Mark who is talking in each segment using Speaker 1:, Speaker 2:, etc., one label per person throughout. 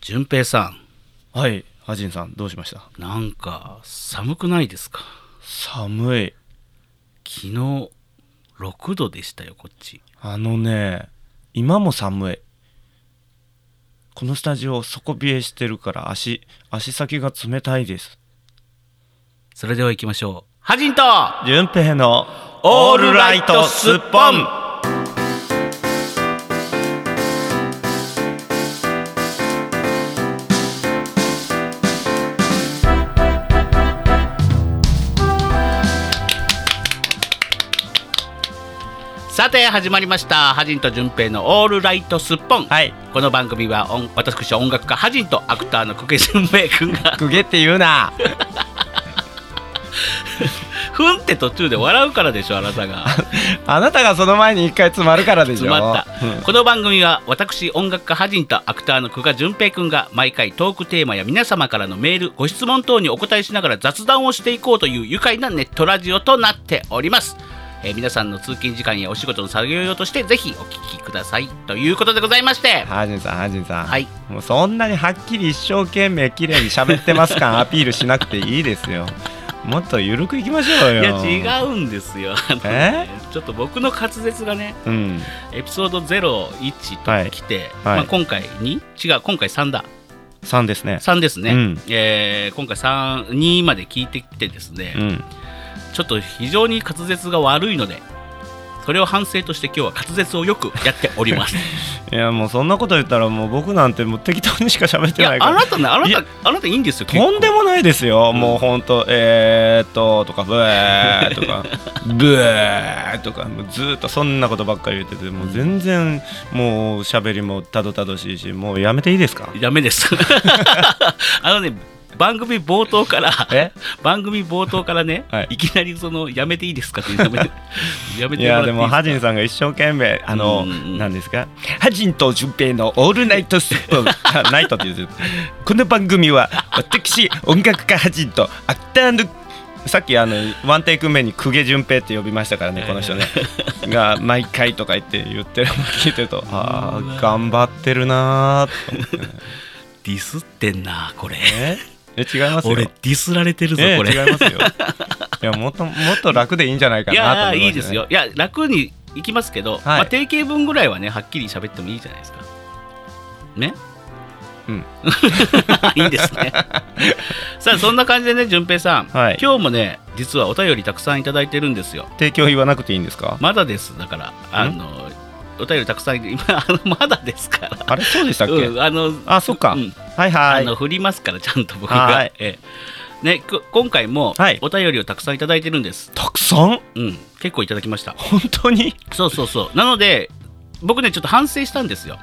Speaker 1: 淳平さ
Speaker 2: はい、アジンさん、どうしました
Speaker 1: んなんか寒くないですか
Speaker 2: 寒い。
Speaker 1: 昨日6度でしたよこっち
Speaker 2: あのね、今も寒い。このスタジオ、底冷えしてるから、足、足先が冷たいです。
Speaker 1: それでは行きましょうハジンと
Speaker 2: 順平の
Speaker 1: オールライトスッポンさて始まりましたハジンと淳平のオールライトスッポン、
Speaker 2: はい。
Speaker 1: この番組は音私音楽家ハジンとアクターの久家純平君が
Speaker 2: くげって言うな。
Speaker 1: ふんって途中で笑うからでしょあなたが
Speaker 2: あなたがその前に一回詰まるからでし
Speaker 1: 詰
Speaker 2: ょ。
Speaker 1: まっ
Speaker 2: うん
Speaker 1: たこの番組は私音楽家ハジンとアクターの久我淳平君が毎回トークテーマや皆様からのメールご質問等にお答えしながら雑談をしていこうという愉快なネットラジオとなっております、えー皆さんの通勤時間やお仕事の作業用としてぜひお聞きくださいということでございまして
Speaker 2: ハジンさん、ハジンさん。
Speaker 1: はい
Speaker 2: もうそんなにはっきり一生懸命綺麗に喋ってます感アピールしなくていいですよ。もっとゆるくいきましょう
Speaker 1: い
Speaker 2: よ。
Speaker 1: や違うんですよあのねちょっと僕の滑舌がね
Speaker 2: う。うん。
Speaker 1: エピソード01と来て、
Speaker 2: はい
Speaker 1: まあ、今回に違う今回3だ
Speaker 2: 3ですね。
Speaker 1: 3ですね、
Speaker 2: うん
Speaker 1: えー今回32まで聞いてきてですね、
Speaker 2: うん。
Speaker 1: ちょっと非常に滑舌が悪いのでそれを反省として今日は滑舌をよくやっており ます
Speaker 2: いやもうそんなこと言ったらもう僕なんてもう適当にしか喋っ
Speaker 1: い
Speaker 2: て
Speaker 1: や
Speaker 2: ないか
Speaker 1: あ
Speaker 2: ら
Speaker 1: なたねあないた
Speaker 2: や
Speaker 1: あなたいいんですよ
Speaker 2: とんで
Speaker 1: も
Speaker 2: もないですよ、
Speaker 1: うん
Speaker 2: もうほんとえー、っととかブーとかブーとかもうずーっとそんなことばっかり言っててもう全然もう喋りもたどたどしいしもうやめていいですか
Speaker 1: ダメです あのね番組冒頭から
Speaker 2: え
Speaker 1: 番組冒頭からね、
Speaker 2: はい
Speaker 1: い、きなりそのやめていいですかって言うのやめてやめ
Speaker 2: い
Speaker 1: てもら
Speaker 2: や
Speaker 1: っていい
Speaker 2: でも
Speaker 1: ですか
Speaker 2: ハジンさんが一生懸命あの
Speaker 1: うんうんうん
Speaker 2: 何ですかハジンとジュンペイのオールナイトスッポン あナイトって言うてるこの番組は私音楽家ハジンとアクターのさっきあのワンテイク目に公家順平って呼びまし たからねこの人ねが毎回とか言って言ってるのを聞いてるとあ
Speaker 1: うわ
Speaker 2: あ頑張ってるなーと思って
Speaker 1: ディスってんなこれ
Speaker 2: ねえ違いますよ
Speaker 1: 俺ディスられてるぞ
Speaker 2: ええ
Speaker 1: これ、
Speaker 2: 違いますよいやもっともっと楽でいいんじゃないか
Speaker 1: い
Speaker 2: なと
Speaker 1: や
Speaker 2: 思
Speaker 1: ー
Speaker 2: いましたね
Speaker 1: いいですよいや楽にいきますけど、まあ、定型文ぐらいはねはっきり喋ってもいいじゃないですかね
Speaker 2: うん
Speaker 1: いいです ねさあそんな感じでね順平さん、
Speaker 2: はい
Speaker 1: 今日もね実はお便りたくさんいただいてるんですよ
Speaker 2: 提供言わなくていいんですか
Speaker 1: まだですだからあのお便りたくさん今あのまだですから
Speaker 2: あれそうでしたっけ、
Speaker 1: うんあの
Speaker 2: あそっか
Speaker 1: うん
Speaker 2: はいは
Speaker 1: あ
Speaker 2: い
Speaker 1: の振りますからちゃんと僕
Speaker 2: は
Speaker 1: が
Speaker 2: い、
Speaker 1: ええね、く今回も
Speaker 2: はい
Speaker 1: お便りをたくさんいただいてるんです、
Speaker 2: たくさん
Speaker 1: うん、結構いただきました
Speaker 2: 本当に
Speaker 1: そうそうそうなので僕ねちょっと反省したんですよ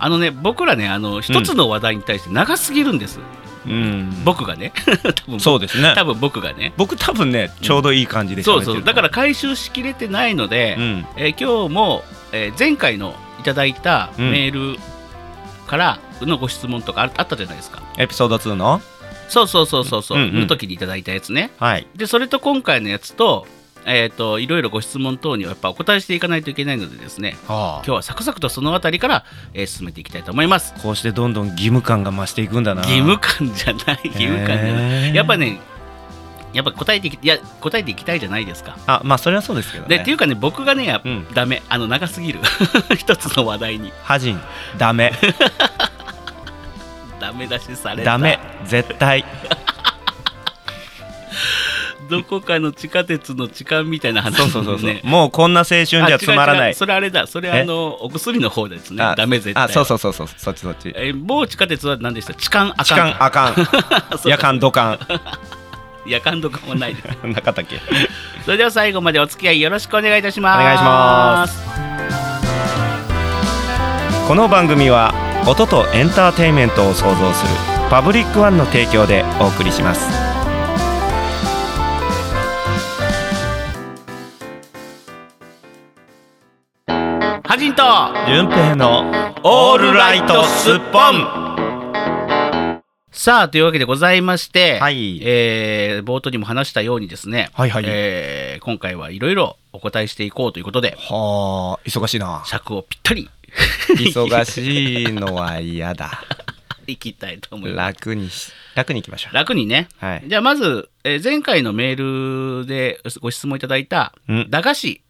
Speaker 1: あのね僕らねあの一つの話題に対して長すぎるんです、
Speaker 2: うん
Speaker 1: 僕がね 多分
Speaker 2: そうですね
Speaker 1: 多分僕がね
Speaker 2: 僕多分ねちょうどいい感じで
Speaker 1: そ
Speaker 2: 喋
Speaker 1: う
Speaker 2: って
Speaker 1: そ
Speaker 2: る
Speaker 1: うだから回収しきれてないので、
Speaker 2: うん
Speaker 1: えー今日も、えー前回のいただいた
Speaker 2: うん
Speaker 1: メールからのご質問とかああったじゃないですか
Speaker 2: エピソード2の
Speaker 1: そうそうそうそうそう、
Speaker 2: うんうん
Speaker 1: の時にいただいたやつね
Speaker 2: はい
Speaker 1: でそれと今回のやつと,、えー、といろいろご質問等にはやっぱお答えしていかないといけないのでですね
Speaker 2: あ
Speaker 1: 今日はサクサクとそのあたりから、えー進めていきたいと思います
Speaker 2: こうしてどんどん義務感が増していくんだな
Speaker 1: 義務感じゃない義務感じゃない、
Speaker 2: へー
Speaker 1: やっぱねやっぱ答えていきいや答えていきたいじゃないですか
Speaker 2: あまあそれはそうですけど
Speaker 1: でってい
Speaker 2: ね
Speaker 1: うかね僕がねやっ
Speaker 2: うん
Speaker 1: ダメあの長すぎる 一つの話題に
Speaker 2: 恥じん ダメ
Speaker 1: ダメ出しされた
Speaker 2: ダメ絶対
Speaker 1: どこかの地下鉄の痴漢みたいな話
Speaker 2: そうそうそうそう、
Speaker 1: ね
Speaker 2: もうこんな青春じ
Speaker 1: あ違
Speaker 2: ゃ
Speaker 1: う
Speaker 2: つまらな
Speaker 1: 違う
Speaker 2: い
Speaker 1: それあれだそれ
Speaker 2: え
Speaker 1: あのお薬の方ですね
Speaker 2: あ
Speaker 1: ダメ絶対
Speaker 2: あそうそうそうそうそっちそっち
Speaker 1: えー某地下鉄は何でした痴漢あ
Speaker 2: 痴
Speaker 1: かん
Speaker 2: 漢あかん
Speaker 1: そう
Speaker 2: 夜間土管
Speaker 1: 夜間とかもないです
Speaker 2: なかったっけ
Speaker 1: それでは最後までお付き合いよろしくお願いいたします。
Speaker 2: お願いしますこの番組は音とエンターテインメントを創造するパブリックワンの提供でお送りします
Speaker 1: ハジンと
Speaker 2: 順平のオールライトスッポン
Speaker 1: さあというわけでございまして、
Speaker 2: はい
Speaker 1: えー冒頭にも話したようにですね、
Speaker 2: はいはい
Speaker 1: えー今回はいろいろお答えしていこうということで
Speaker 2: はあ忙しいな
Speaker 1: 尺をぴったり
Speaker 2: 忙しいのは嫌だ
Speaker 1: いきたいと思います
Speaker 2: 楽にし楽にいきましょう
Speaker 1: 楽にね、
Speaker 2: はい
Speaker 1: じゃあまず、えー前回のメールでご質問いただいた
Speaker 2: うん
Speaker 1: 駄菓子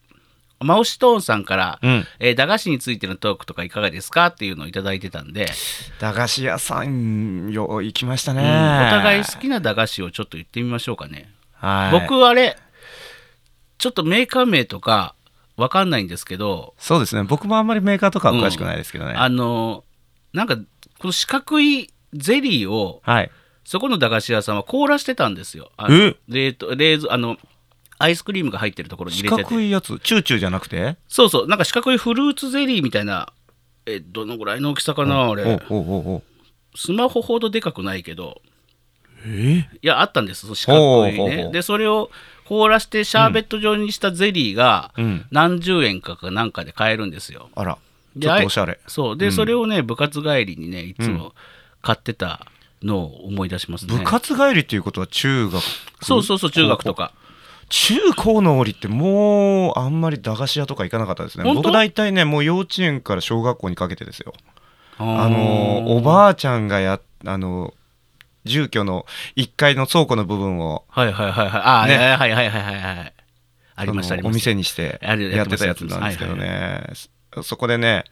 Speaker 1: マオシトーンさんから、
Speaker 2: うん
Speaker 1: えー駄菓子についてのトークとかいかがですかっていうのをいただいてたんで、
Speaker 2: 駄菓子屋さんよう行きましたね、
Speaker 1: うんお互い好きな駄菓子をちょっと言ってみましょうかね、
Speaker 2: はい
Speaker 1: 僕あれちょっとメーカー名とかわかんないんですけど、
Speaker 2: そうですね僕もあんまりメーカーとかは詳しくないですけどね、
Speaker 1: あのなんかこの四角いゼリーを
Speaker 2: はい
Speaker 1: そこの駄菓子屋さんは凍らしてたんですよあ
Speaker 2: え
Speaker 1: 冷凍冷蔵あのアイスクリームが入ってるところに
Speaker 2: 四
Speaker 1: 入れてて
Speaker 2: 角いやつチューチューじゃなくて
Speaker 1: そうそうなんか四角いフルーツゼリーみたいなえどのぐらいの大きさかなあれ
Speaker 2: おおおお
Speaker 1: スマホほどでかくないけど
Speaker 2: え
Speaker 1: いやあったんですその四角い
Speaker 2: ほうほうほ
Speaker 1: ね
Speaker 2: う
Speaker 1: でそれを凍らしてシャーベット状にしたゼリーが
Speaker 2: うん
Speaker 1: 何十円かかなんかで買えるんですよ
Speaker 2: あら
Speaker 1: で
Speaker 2: ちょっとおしゃれ
Speaker 1: そうで、それをね部活帰りにねいつも買ってたのを思い出しますね
Speaker 2: 部活帰りっていうことは中学
Speaker 1: そうそうそう中学とか
Speaker 2: 中高の折ってもうあんまり駄菓子屋とか行かなかったですね
Speaker 1: 本当
Speaker 2: 僕大体ねもう幼稚園から小学校にかけてですよあ
Speaker 1: ー
Speaker 2: のおばあちゃんがやあの住居の1階の倉庫の部分を
Speaker 1: はいはいはいはいあー、
Speaker 2: ね
Speaker 1: はいはいはいはいはいはいありましたあ
Speaker 2: そ
Speaker 1: り
Speaker 2: の
Speaker 1: ま
Speaker 2: お
Speaker 1: した
Speaker 2: 店にして
Speaker 1: あれ
Speaker 2: やってたやつなんですけど
Speaker 1: は
Speaker 2: ね、そそこでね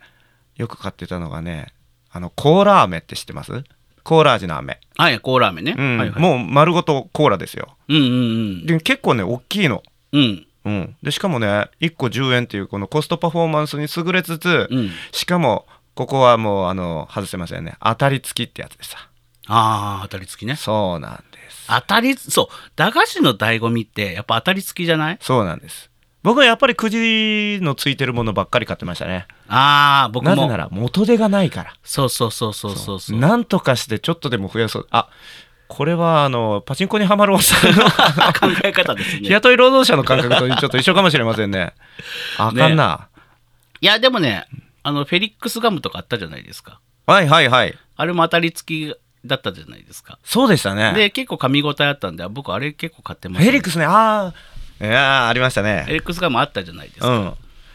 Speaker 2: よく買ってたのがねあのコーラ飴って知ってますコーラ味の飴、
Speaker 1: はいコーラ飴ね、
Speaker 2: うん
Speaker 1: はいはい、
Speaker 2: もう丸ごとコーラですよ
Speaker 1: うんうん
Speaker 2: で結構ね大きいの、
Speaker 1: うんうん
Speaker 2: うん、でしかもね1個10円っていうこのコストパフォーマンスに優れつつ、
Speaker 1: うん
Speaker 2: しかもここはもうあの外せませんね当たり付きってやつでさ
Speaker 1: ああ当たり付きね
Speaker 2: そうなんです
Speaker 1: 当たりそう駄菓子の醍醐味ってやっぱ当たり付きじゃない
Speaker 2: そうなんです僕はやっぱりくじのついてるものばっかり買ってましたね
Speaker 1: ああ僕
Speaker 2: なぜな
Speaker 1: も
Speaker 2: ら元手がないから
Speaker 1: そうそうそうそうそうそう
Speaker 2: なんとかしてちょっとでも増やそうあこれはあのパチンコにはまるおっさ んの
Speaker 1: 考え方ですね
Speaker 2: 日雇い労働者の感覚とちょっと一緒かもしれませんねあかんな、
Speaker 1: いやでもねあのフェリックスガムとかあったじゃないですか
Speaker 2: はいはいはい
Speaker 1: あれも当たり付きだったじゃないですか
Speaker 2: そうでしたね
Speaker 1: で結構噛み応えあったんで僕あれ結構買ってま
Speaker 2: フ
Speaker 1: す
Speaker 2: ェリックスねああいやーありましたね
Speaker 1: フェリックスガムあったじゃないです
Speaker 2: う
Speaker 1: か
Speaker 2: ん、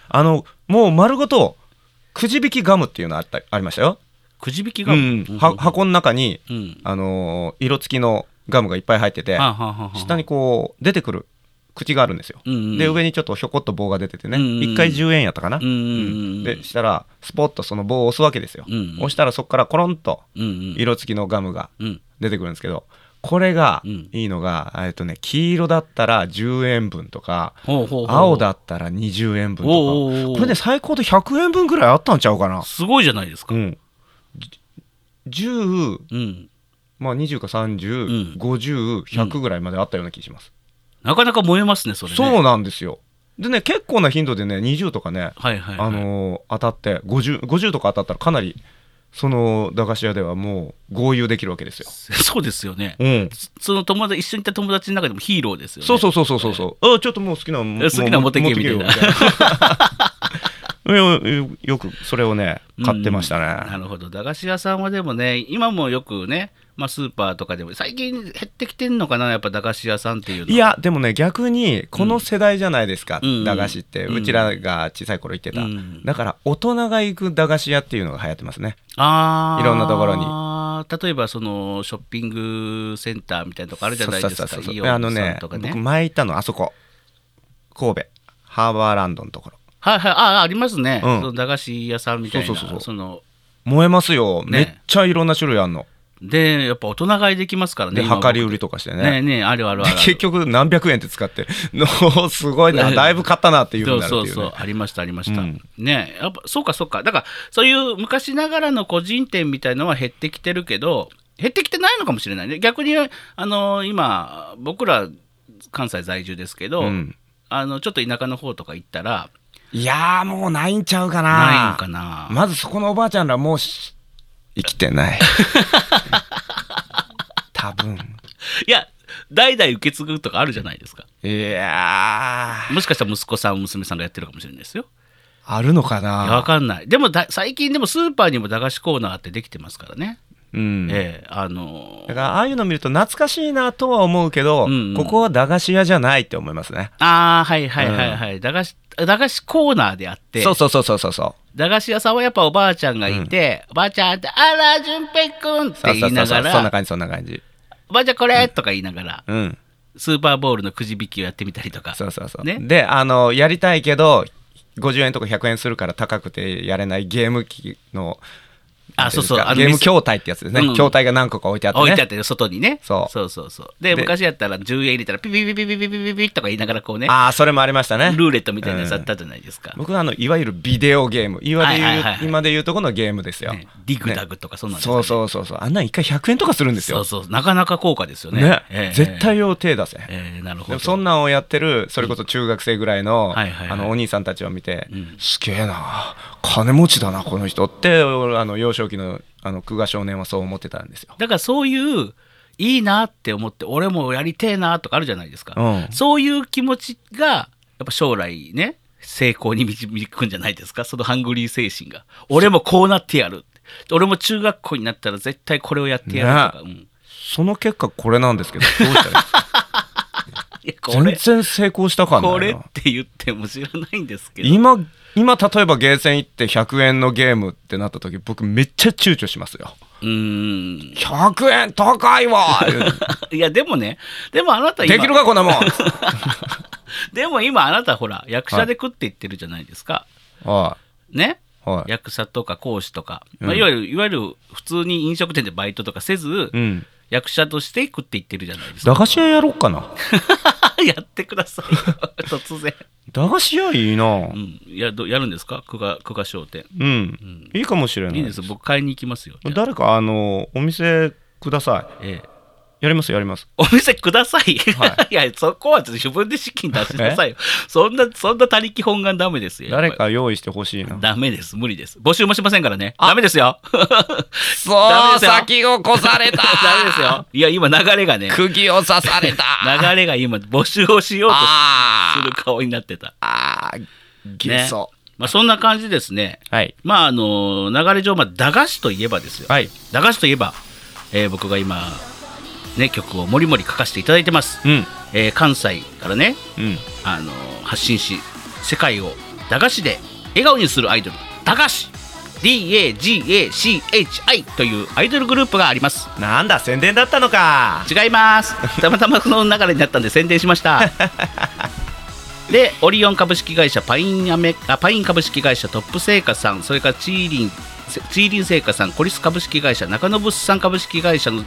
Speaker 2: あのもう丸ごとくじ引きガムっていうのあったありましたよ、
Speaker 1: くじ引き
Speaker 2: う
Speaker 1: ガム
Speaker 2: ん、は箱の中に、
Speaker 1: うん
Speaker 2: あのー色付きのガムがいっぱい入ってて
Speaker 1: はあはあはあはあ
Speaker 2: 下にこう出てくる口があるんですよ、
Speaker 1: うんうん
Speaker 2: で上にちょっとひょこっと棒が出ててね、
Speaker 1: う
Speaker 2: 一
Speaker 1: んうん
Speaker 2: 1回10円やったかな、
Speaker 1: うんうんうん
Speaker 2: でしたらスポッとその棒を押すわけですよ、
Speaker 1: うんうん
Speaker 2: 押したらそこからコロンと
Speaker 1: うんうん
Speaker 2: 色付きのガムが
Speaker 1: うん
Speaker 2: 出てくるんですけどこれが
Speaker 1: うん
Speaker 2: いいのが、えっとね、黄色だったら10円分とか、
Speaker 1: ほうほうほう
Speaker 2: 青だったら20円分
Speaker 1: おうおうお
Speaker 2: と
Speaker 1: う
Speaker 2: かこれね最高で100円分ぐらいあったんちゃうかな
Speaker 1: すごいじゃないですか
Speaker 2: うん10
Speaker 1: うん
Speaker 2: まあ20か
Speaker 1: うん
Speaker 2: 3050100ぐらいまであったような気します、
Speaker 1: なかなか燃えますねそれね
Speaker 2: そうなんですよでね結構な頻度でね20とかね、
Speaker 1: はいはいはい
Speaker 2: あのー当たって 50, 50とか当たったらかなりその駄菓子屋ではもう合流できるわけです よ、
Speaker 1: そうですよね
Speaker 2: うん、
Speaker 1: その友達一緒にいた友達の中でもヒーローですよね
Speaker 2: そうそうそうそうそうそう、あちょっともう好きなのも
Speaker 1: 好きなの持ってけみたいな
Speaker 2: 持ってけよみたいな いやよくそれをね買ってました
Speaker 1: うんな
Speaker 2: ね、
Speaker 1: るほど駄菓子屋さんはでもね今もよくね、まあ、スーパーとかでも最近減ってきてんのかなやっぱ駄菓子屋さんっていうの
Speaker 2: いやでもね逆にこの世代じゃないですか、
Speaker 1: うん
Speaker 2: 駄菓子って、
Speaker 1: う
Speaker 2: うんちらが小さい頃行ってた、
Speaker 1: うん
Speaker 2: だから大人が行く駄菓子屋っていうのが流行ってますね
Speaker 1: あー
Speaker 2: いろんなところに
Speaker 1: 例えばそのショッピングセンターみたいなとこあるじゃないです
Speaker 2: そう
Speaker 1: か
Speaker 2: そうそうそう
Speaker 1: イオンさ
Speaker 2: あの
Speaker 1: ん
Speaker 2: ね
Speaker 1: とかね
Speaker 2: 僕前行ったのあそこ神戸ハーバーランドのところ
Speaker 1: はいはいああありますね、
Speaker 2: うん
Speaker 1: その駄菓子屋さんみたいな
Speaker 2: そうそうそうそう
Speaker 1: の
Speaker 2: 燃えますよ、
Speaker 1: ね
Speaker 2: めっちゃいろんな種類あんの
Speaker 1: でやっぱ大人買いできますからね
Speaker 2: で
Speaker 1: 今
Speaker 2: 量り売りとかしてね
Speaker 1: ねえねえあるあるあ
Speaker 2: で
Speaker 1: るある
Speaker 2: 結局何百円って使って のすごいなだいぶ買ったなっていうふ
Speaker 1: そう
Speaker 2: うになる
Speaker 1: そ
Speaker 2: っ
Speaker 1: う
Speaker 2: ていう
Speaker 1: そう
Speaker 2: ね
Speaker 1: ありましたありました、
Speaker 2: うん
Speaker 1: ねえやっぱそうかそうかだからそういう昔ながらの個人店みたいのは減ってきてるけど減ってきてないのかもしれないね逆にあの今僕ら関西在住ですけど、
Speaker 2: うん
Speaker 1: あのちょっと田舎の方とか行ったら
Speaker 2: いやーもうないんちゃうかな
Speaker 1: ないんかな、
Speaker 2: まずそこのおばあちゃんらもうし生き てない多分
Speaker 1: いや代々受け継ぐとかあるじゃないですか
Speaker 2: いやー
Speaker 1: もしかしたら息子さん娘さんがやってるかもしれないですよ
Speaker 2: あるのか
Speaker 1: いやわ
Speaker 2: な
Speaker 1: かんないでもだ最近でもスーパーにも駄菓子コーナーってできてますからね、
Speaker 2: うんだ
Speaker 1: ええあの
Speaker 2: からああいうの見ると懐かしいなとは思うけど、
Speaker 1: うんうん
Speaker 2: ここは駄菓子屋じゃないって思いますね
Speaker 1: ああはいはいはいはい、駄菓子駄菓子コーナーであって
Speaker 2: そうそうそうそうそうそ
Speaker 1: 駄菓子屋さんはやっぱおばあちゃんがいて、おばあちゃんって「あら淳平くん」って言いなが
Speaker 2: そんな
Speaker 1: ら
Speaker 2: 感じそんな感じ
Speaker 1: 「おばあちゃんこれ!」とか言いながら、
Speaker 2: うん
Speaker 1: スーパーボールのくじ引きをやってみたりとか
Speaker 2: そうそうそう、
Speaker 1: ね
Speaker 2: であのやりたいけど50円とか100円するから高くてやれないゲーム機の
Speaker 1: あそうそう
Speaker 2: なん
Speaker 1: あの
Speaker 2: ていですかゲーム筐体ってやつですね、
Speaker 1: うん
Speaker 2: 筐体が何個か置いてあってね
Speaker 1: 置いてあって外にね
Speaker 2: そう
Speaker 1: そうそうそうで
Speaker 2: で
Speaker 1: 昔やったら10円入れたらピピピピピピピピピとか言いながらこうね
Speaker 2: ああそれもありましたね
Speaker 1: ルーレットみたいなやつあ
Speaker 2: う
Speaker 1: っ
Speaker 2: ん
Speaker 1: たじゃないですか、
Speaker 2: 僕はあのいわゆるビデオゲーム今で言う、
Speaker 1: はいはいはいはい
Speaker 2: 今で言うとこのゲームですよ、
Speaker 1: ねディグダグとかそんなんですか
Speaker 2: そ
Speaker 1: ね
Speaker 2: うそうそうそうあんなん一回100円とかするんです
Speaker 1: そ
Speaker 2: よ
Speaker 1: うそうなかなか高価ですよね
Speaker 2: ね、
Speaker 1: ええ
Speaker 2: 絶対用手出せ、
Speaker 1: ええなるほ
Speaker 2: で
Speaker 1: ど
Speaker 2: もそんなんをやってるそれこそ中学生ぐらいの,、
Speaker 1: はいはいはい
Speaker 2: あのお兄さんたちを見て、
Speaker 1: うん
Speaker 2: すげえな金持ちだなこの人って俺あの幼少期のあの久我少年はそう思ってたんですよ。
Speaker 1: だからそういういいなって思って俺もやりてえなとかあるじゃないですか、
Speaker 2: うん
Speaker 1: そういう気持ちがやっぱ将来ね成功に導くんじゃないですかそのハングリー精神が俺もこうなってやる俺も中学校になったら絶対これをやってやるとか、うん、
Speaker 2: その結果これなんですけどどうしたらいいですか
Speaker 1: いや こ
Speaker 2: 全
Speaker 1: れ
Speaker 2: 然成功した感
Speaker 1: こ
Speaker 2: な
Speaker 1: れ
Speaker 2: い
Speaker 1: っ
Speaker 2: な。
Speaker 1: て言っても知らないんですけど
Speaker 2: 今今例えばゲーセン行って100円のゲームってなった時僕めっちゃ躊躇しますよ。
Speaker 1: うーん
Speaker 2: 100円高いわ
Speaker 1: いやでもねでもあなた今
Speaker 2: できるかこんなもん
Speaker 1: でも今あなたほら役者で食っていってるじゃないですか、
Speaker 2: は
Speaker 1: ね
Speaker 2: いはい。
Speaker 1: 役者とか講師とか、
Speaker 2: うん
Speaker 1: まあ、いわゆるいわゆる普通に飲食店でバイトとかせず、
Speaker 2: うん、
Speaker 1: 役者として食っていってるじゃないですか。
Speaker 2: 駄菓子屋やろうかな。
Speaker 1: やってくださ いよ突然、
Speaker 2: 駄菓子屋いいな
Speaker 1: う。ん、やどやるんですか久我久我商店
Speaker 2: うん、いいかもしれない
Speaker 1: いいんですよ僕買いに行きますよ、じゃあ
Speaker 2: 誰かあのお店ください
Speaker 1: ええ、
Speaker 2: やりますやります
Speaker 1: お店くださ い、、
Speaker 2: はい
Speaker 1: やそこは自分で資金出しなさいよそんなそんな他力本願ダメですよ
Speaker 2: 誰か用意してほしいな
Speaker 1: ダメです無理です募集もしませんからねダメです よダメ
Speaker 3: そ
Speaker 1: で
Speaker 3: う
Speaker 1: すよ
Speaker 3: 先を越された
Speaker 1: ダメですよいや今流れがね
Speaker 3: 釘を刺さ れた
Speaker 1: 流れが今募集をしようと
Speaker 3: あ
Speaker 1: する顔になってた、
Speaker 3: あー
Speaker 1: ね
Speaker 3: ゲソ、
Speaker 1: まあ、そんな感じですね
Speaker 2: はい
Speaker 1: まああの流れ上、まあ、駄菓子といえばですよ、
Speaker 2: はい
Speaker 1: 駄菓子といえば、えー僕が今、ね、曲をもりもり書かせていただいてます、
Speaker 2: うん
Speaker 1: えー関西からね、
Speaker 2: うん
Speaker 1: あのー発信し世界を駄菓子で笑顔にするアイドル駄菓子 DAGACHI というアイドルグループがあります
Speaker 2: なんだ宣伝だったのか
Speaker 1: 違いますたまたまこの流れになったんで宣伝しました でオリオン株式会社パインアメあパイン株式会社トップ製菓さんそれからチーリンチーリン製菓さんコリス株式会社中野物産株式会社の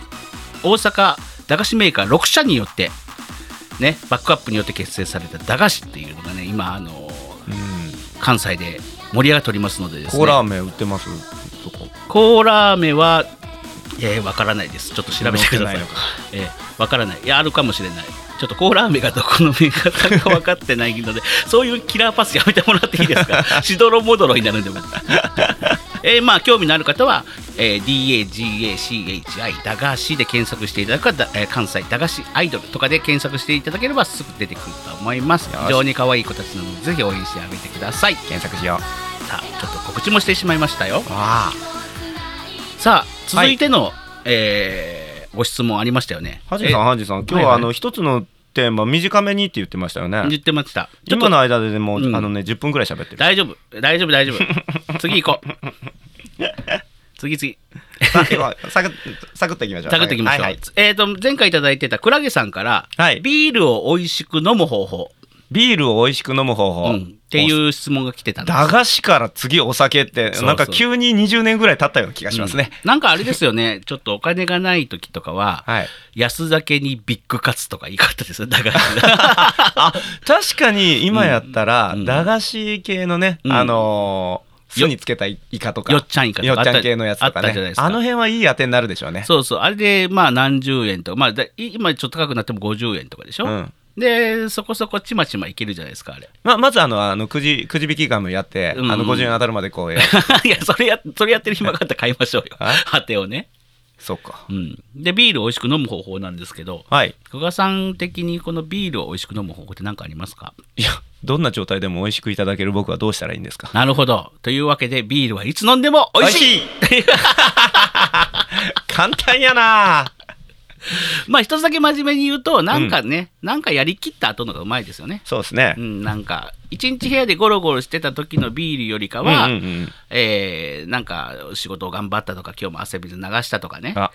Speaker 1: 大阪駄菓子メーカー6社によってねバックアップによって結成された駄菓子っていうのがね今あの
Speaker 2: うん
Speaker 1: 関西で盛り上がっておりますのでですね
Speaker 2: コーラーメン売ってますそこ
Speaker 1: コーラーメンはえー、わからないですちょっと調べてくださ
Speaker 2: 載ってない
Speaker 1: い
Speaker 2: のか
Speaker 1: えー、わからないいやあるかもしれないちょっとコーラーメンがどこのメーカーか分かってない のでそういうキラーパスやめてもらっていいですかしどろもどろになるんで僕 えーまあ興味のある方は、えー DAGACHI 駄菓子で検索していただくか、だえー関西駄菓子アイドルとかで検索していただければすぐ出てくると思います
Speaker 2: よし
Speaker 1: 非常に可愛い子たちなのでぜひ応援してあげてください
Speaker 2: 検索しよう
Speaker 1: さあちょっと告知もしてしまいましたよ
Speaker 2: あ
Speaker 1: さあ続いての、えーご質問ありましたよね
Speaker 2: あハジさんハジさん今日
Speaker 1: はいは
Speaker 2: はいあの一つのテーマ短めにって言ってましたよ
Speaker 1: え
Speaker 2: ね
Speaker 1: 言ってましたちょっ
Speaker 2: 今
Speaker 1: と
Speaker 2: の間ででもあ
Speaker 1: うん
Speaker 2: のね10分ぐらい喋ってる
Speaker 1: 大丈夫大丈夫大丈夫次行こう次次
Speaker 2: さサクッサクッといきましょう
Speaker 1: 探っていきましょう、
Speaker 2: はいはい
Speaker 1: えっ、と前回いただいてたクラゲさんから、
Speaker 2: はい
Speaker 1: ビールを美味しく飲む方法、
Speaker 2: ビールを美味しく飲む方法
Speaker 1: うんっていう質問が来てたんです
Speaker 2: 駄菓子から次お酒って
Speaker 1: そうそう
Speaker 2: なんか急に20年ぐらい経ったような気がしますね、
Speaker 1: うんなんかあれですよねちょっとお金がない時とかは、
Speaker 2: はい
Speaker 1: 安酒にビッグカツとか言い方ですよだから
Speaker 2: 確かに今やったら
Speaker 1: うん
Speaker 2: 駄菓子系のね、
Speaker 1: うん
Speaker 2: あのー、
Speaker 1: よ
Speaker 2: 酢につけたイカとか
Speaker 1: よっちゃんいかとか
Speaker 2: よっちゃん系のやつと
Speaker 1: あ
Speaker 2: か
Speaker 1: ったじゃない
Speaker 2: ね
Speaker 1: ですか
Speaker 2: あの辺はいい当てになるでしょうね
Speaker 1: そうそうあれでまあ何十円とかまあだい今ちょっと高くなっても50円とかでしょ、
Speaker 2: うん
Speaker 1: でそこそこちまちまいけるじゃないですかあれ
Speaker 2: ままずあのあのくじくじ引きガムやって、
Speaker 1: うん
Speaker 2: あの50円当たるまでこ うや
Speaker 1: いやそれやそれやってる暇があったら買いましょうよ
Speaker 2: あ
Speaker 1: 果てをね、
Speaker 2: そうか
Speaker 1: うん、でビールを美味しく飲む方法なんですけど
Speaker 2: はい
Speaker 1: 久我さん的にこのビールを美味しく飲む方法って何かありますか
Speaker 2: いやどんな状態でも美味しくいただける僕はどうしたらいいんですか
Speaker 1: なるほどというわけでビールはい つ飲んでも美味しい
Speaker 2: 美味しい簡単やな
Speaker 1: まあ一つだけ真面目に言うとなんかね、なんかやりきった後のがうまいですよね。
Speaker 2: そうですね
Speaker 1: う。ん、なんか一日部屋でゴロゴロしてた時のビールよりかは、
Speaker 2: うんうんうん
Speaker 1: えーなんか仕事を頑張ったとか今日も汗水流したとかね
Speaker 2: あ、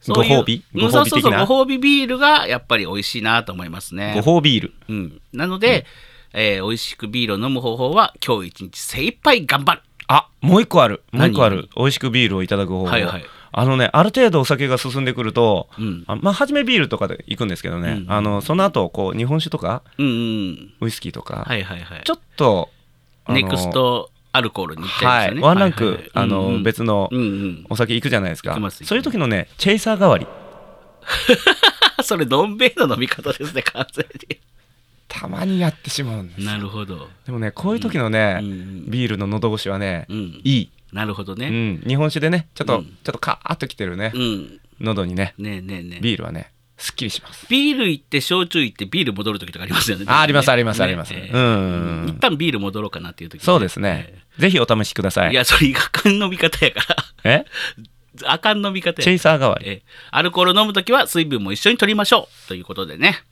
Speaker 1: そ
Speaker 2: ご
Speaker 1: ういう
Speaker 2: 褒美
Speaker 1: う
Speaker 2: ご
Speaker 1: んそ
Speaker 2: 褒
Speaker 1: う
Speaker 2: 美
Speaker 1: そう
Speaker 2: 的
Speaker 1: そう
Speaker 2: な。
Speaker 1: ご褒美ビールがやっぱり美味しいなと思いますね。
Speaker 2: ご褒美ビール。
Speaker 1: うん、なので、えー美味しくビールを飲む方法は今日一日精一杯頑張る
Speaker 2: あ、もう一個ある。もう一個あ
Speaker 1: 何
Speaker 2: る。美味しくビールをいただく方法。
Speaker 1: はいはい
Speaker 2: あのね、ある程度お酒が進んでくると、
Speaker 1: うん
Speaker 2: あまあ初めビールとかで行くんですけどね、
Speaker 1: うん
Speaker 2: あのその後こう日本酒とか
Speaker 1: うんうん
Speaker 2: ウイスキーとか、
Speaker 1: はいはいはい
Speaker 2: ちょっとあの
Speaker 1: ネクストアルコールに行っちゃ
Speaker 2: はい
Speaker 1: ますよね
Speaker 2: い、ワンランク、
Speaker 1: はいはいはい
Speaker 2: あの、
Speaker 1: うんうん
Speaker 2: 別の
Speaker 1: うんうん
Speaker 2: お酒行くじゃないですか、
Speaker 1: 行きます
Speaker 2: そういう時のねチェイサー代わり
Speaker 1: あそれどん兵衛の飲み方ですね完全
Speaker 2: たまにやってしまうん です
Speaker 1: になるほど
Speaker 2: でもねこういう時のね、
Speaker 1: うんうん
Speaker 2: ビールの喉越しはね、
Speaker 1: うん
Speaker 2: いい、
Speaker 1: なるほど
Speaker 2: う
Speaker 1: ね
Speaker 2: ん、日本酒でねちょっと、
Speaker 1: うん
Speaker 2: ちょっとカーッときてるね、
Speaker 1: うん
Speaker 2: 喉にね
Speaker 1: ねえねえねえ
Speaker 2: ビールはねすっきりします
Speaker 1: ビール行って焼酎行ってビール戻る時とかありますよね
Speaker 2: ああります
Speaker 1: ね
Speaker 2: ありますあります
Speaker 1: ね
Speaker 2: うん
Speaker 1: 一旦ビール戻ろうかなっていう時
Speaker 2: そうですね、ぜひお試しください
Speaker 1: いやそれあかん飲み方やから
Speaker 2: え
Speaker 1: あかん飲み方や
Speaker 2: チェイサー代わり
Speaker 1: えーアルコールを飲むときは水分も一緒に取りましょうということでね。